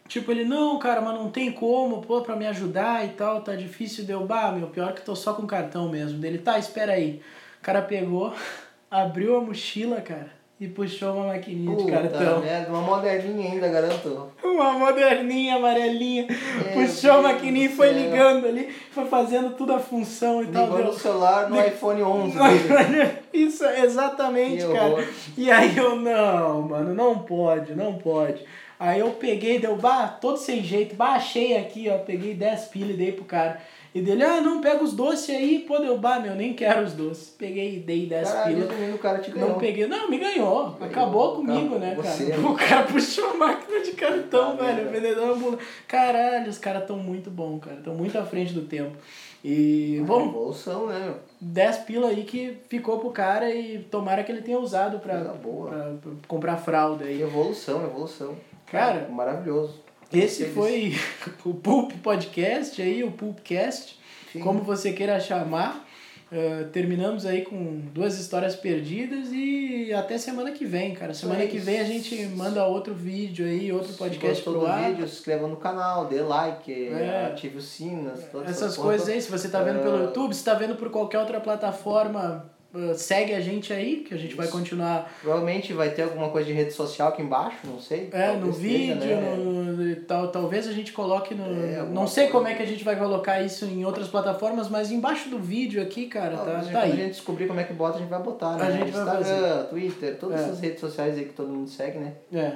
[SPEAKER 1] tipo, ele, não, cara, mas não tem como, pô, pra me ajudar e tal, tá difícil. Deu, bah, meu, pior que tô só com cartão mesmo. Dele, tá, espera aí. O cara pegou, abriu a mochila, cara, e puxou uma maquininha de cartão.
[SPEAKER 2] Puta merda, uma modelinha ainda, garanto.
[SPEAKER 1] Uma moderninha, amarelinha.
[SPEAKER 2] Meu
[SPEAKER 1] puxou a
[SPEAKER 2] Deus
[SPEAKER 1] maquininha e
[SPEAKER 2] do
[SPEAKER 1] foi
[SPEAKER 2] céu.
[SPEAKER 1] ligando ali, foi fazendo tudo a função e tal.
[SPEAKER 2] Ligou no
[SPEAKER 1] deu-
[SPEAKER 2] celular no
[SPEAKER 1] Então, Lig-
[SPEAKER 2] iPhone né? 11. dele.
[SPEAKER 1] Isso, é exatamente,
[SPEAKER 2] Que
[SPEAKER 1] cara.
[SPEAKER 2] horror.
[SPEAKER 1] E aí eu, não, mano, não pode, não pode. Aí eu peguei, deu, bah, todo sem jeito, baixei aqui, ó, peguei 10 pilhas e dei pro cara. E dele, ah, não, pega os doces aí, pô, deu, bah, meu, nem quero os doces. Peguei e dei 10
[SPEAKER 2] Caralho,
[SPEAKER 1] pilas.
[SPEAKER 2] resumindo, o cara te ganhou.
[SPEAKER 1] Não peguei, não, me ganhou.
[SPEAKER 2] Ganhou.
[SPEAKER 1] Acabou comigo,
[SPEAKER 2] Acabou
[SPEAKER 1] né,
[SPEAKER 2] com
[SPEAKER 1] cara?
[SPEAKER 2] você.
[SPEAKER 1] O cara puxou a máquina de cartão,
[SPEAKER 2] Tá
[SPEAKER 1] velho.
[SPEAKER 2] vendo?
[SPEAKER 1] O vendedor ambulante. Caralho, os caras estão muito bom, cara. Estão muito à frente do tempo. E, bom,
[SPEAKER 2] Evolução, né, meu?
[SPEAKER 1] 10 pila aí que ficou pro cara e tomara que ele tenha usado pra,
[SPEAKER 2] Coisa boa.
[SPEAKER 1] pra- pra comprar fralda aí.
[SPEAKER 2] Evolução, evolução.
[SPEAKER 1] Cara,
[SPEAKER 2] maravilhoso.
[SPEAKER 1] Esse
[SPEAKER 2] Eles-
[SPEAKER 1] foi o Pulp Podcast aí, o Pulpcast,
[SPEAKER 2] Sim.
[SPEAKER 1] como você queira chamar. Ah, terminamos aí com duas histórias perdidas e até semana que vem, cara. Semana
[SPEAKER 2] aí.
[SPEAKER 1] que vem a gente manda outro vídeo aí, outro podcast
[SPEAKER 2] podcast
[SPEAKER 1] pro
[SPEAKER 2] todo
[SPEAKER 1] ar.
[SPEAKER 2] vídeo, se inscreva no canal, dê like,
[SPEAKER 1] É.
[SPEAKER 2] ative o sino, todas
[SPEAKER 1] Essas
[SPEAKER 2] porra
[SPEAKER 1] coisas
[SPEAKER 2] toda.
[SPEAKER 1] aí, se você tá vendo pelo
[SPEAKER 2] Ah.
[SPEAKER 1] YouTube, se tá vendo por qualquer outra plataforma uh, segue a gente aí, que a gente vai continuar
[SPEAKER 2] Provavelmente vai ter alguma coisa de rede social aqui embaixo, não sei.
[SPEAKER 1] é, no
[SPEAKER 2] Talvez
[SPEAKER 1] vídeo,
[SPEAKER 2] tenha, né?
[SPEAKER 1] no- e tal, talvez a gente coloque no.
[SPEAKER 2] É, alguma
[SPEAKER 1] não sei como
[SPEAKER 2] coisa.
[SPEAKER 1] é que a gente vai colocar isso em outras plataformas, mas embaixo do vídeo aqui, cara,
[SPEAKER 2] Não,
[SPEAKER 1] tá,
[SPEAKER 2] mas
[SPEAKER 1] tá
[SPEAKER 2] quando a
[SPEAKER 1] aí.
[SPEAKER 2] gente descobrir como é que bota, a gente vai botar, né?
[SPEAKER 1] A gente vai
[SPEAKER 2] Instagram, Twitter, todas
[SPEAKER 1] É.
[SPEAKER 2] essas redes sociais aí que todo mundo segue, né?
[SPEAKER 1] É.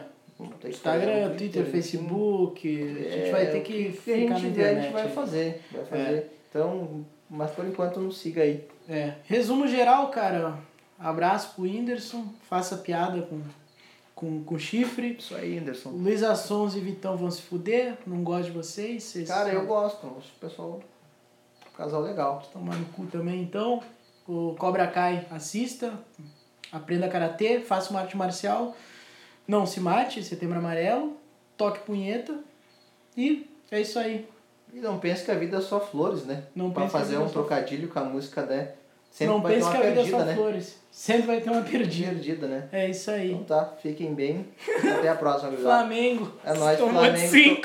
[SPEAKER 1] Instagram, Twitter, Facebook, a gente
[SPEAKER 2] assim. É,
[SPEAKER 1] vai ter
[SPEAKER 2] né? o
[SPEAKER 1] que
[SPEAKER 2] que a
[SPEAKER 1] ficar na
[SPEAKER 2] gente vê, a
[SPEAKER 1] internet.
[SPEAKER 2] gente vai
[SPEAKER 1] né?
[SPEAKER 2] fazer. Vai fazer. Então, mas por enquanto nos siga aí.
[SPEAKER 1] É. Resumo geral, cara. Abraço pro Whindersson, faça piada com, com, com chifre.
[SPEAKER 2] Isso aí, Anderson.
[SPEAKER 1] Luiz Assons e Vitão vão se fuder, não gosto de vocês. vocês
[SPEAKER 2] Cara, eu gosto. Acho o pessoal. um Casal legal.
[SPEAKER 1] Tomar no cu também, então. O Cobra Kai, assista. Aprenda karatê, faça uma arte marcial. Não se mate, setembro amarelo. Toque punheta. E é isso aí.
[SPEAKER 2] E não pense que a vida é só flores, né?
[SPEAKER 1] Não
[SPEAKER 2] pra
[SPEAKER 1] pense que a
[SPEAKER 2] fazer
[SPEAKER 1] vida é
[SPEAKER 2] um
[SPEAKER 1] só-
[SPEAKER 2] trocadilho com a música, né? Sempre
[SPEAKER 1] não
[SPEAKER 2] vai ter
[SPEAKER 1] pense
[SPEAKER 2] uma
[SPEAKER 1] que a vida é
[SPEAKER 2] perdida,
[SPEAKER 1] só
[SPEAKER 2] né?
[SPEAKER 1] flores. Sempre vai ter uma perdida.
[SPEAKER 2] Perdida, né?
[SPEAKER 1] É isso aí.
[SPEAKER 2] Então tá, fiquem bem. Até a próxima, gurizada.
[SPEAKER 1] Flamengo.
[SPEAKER 2] É nóis,
[SPEAKER 1] Tomou
[SPEAKER 2] Flamengo.
[SPEAKER 1] cinco.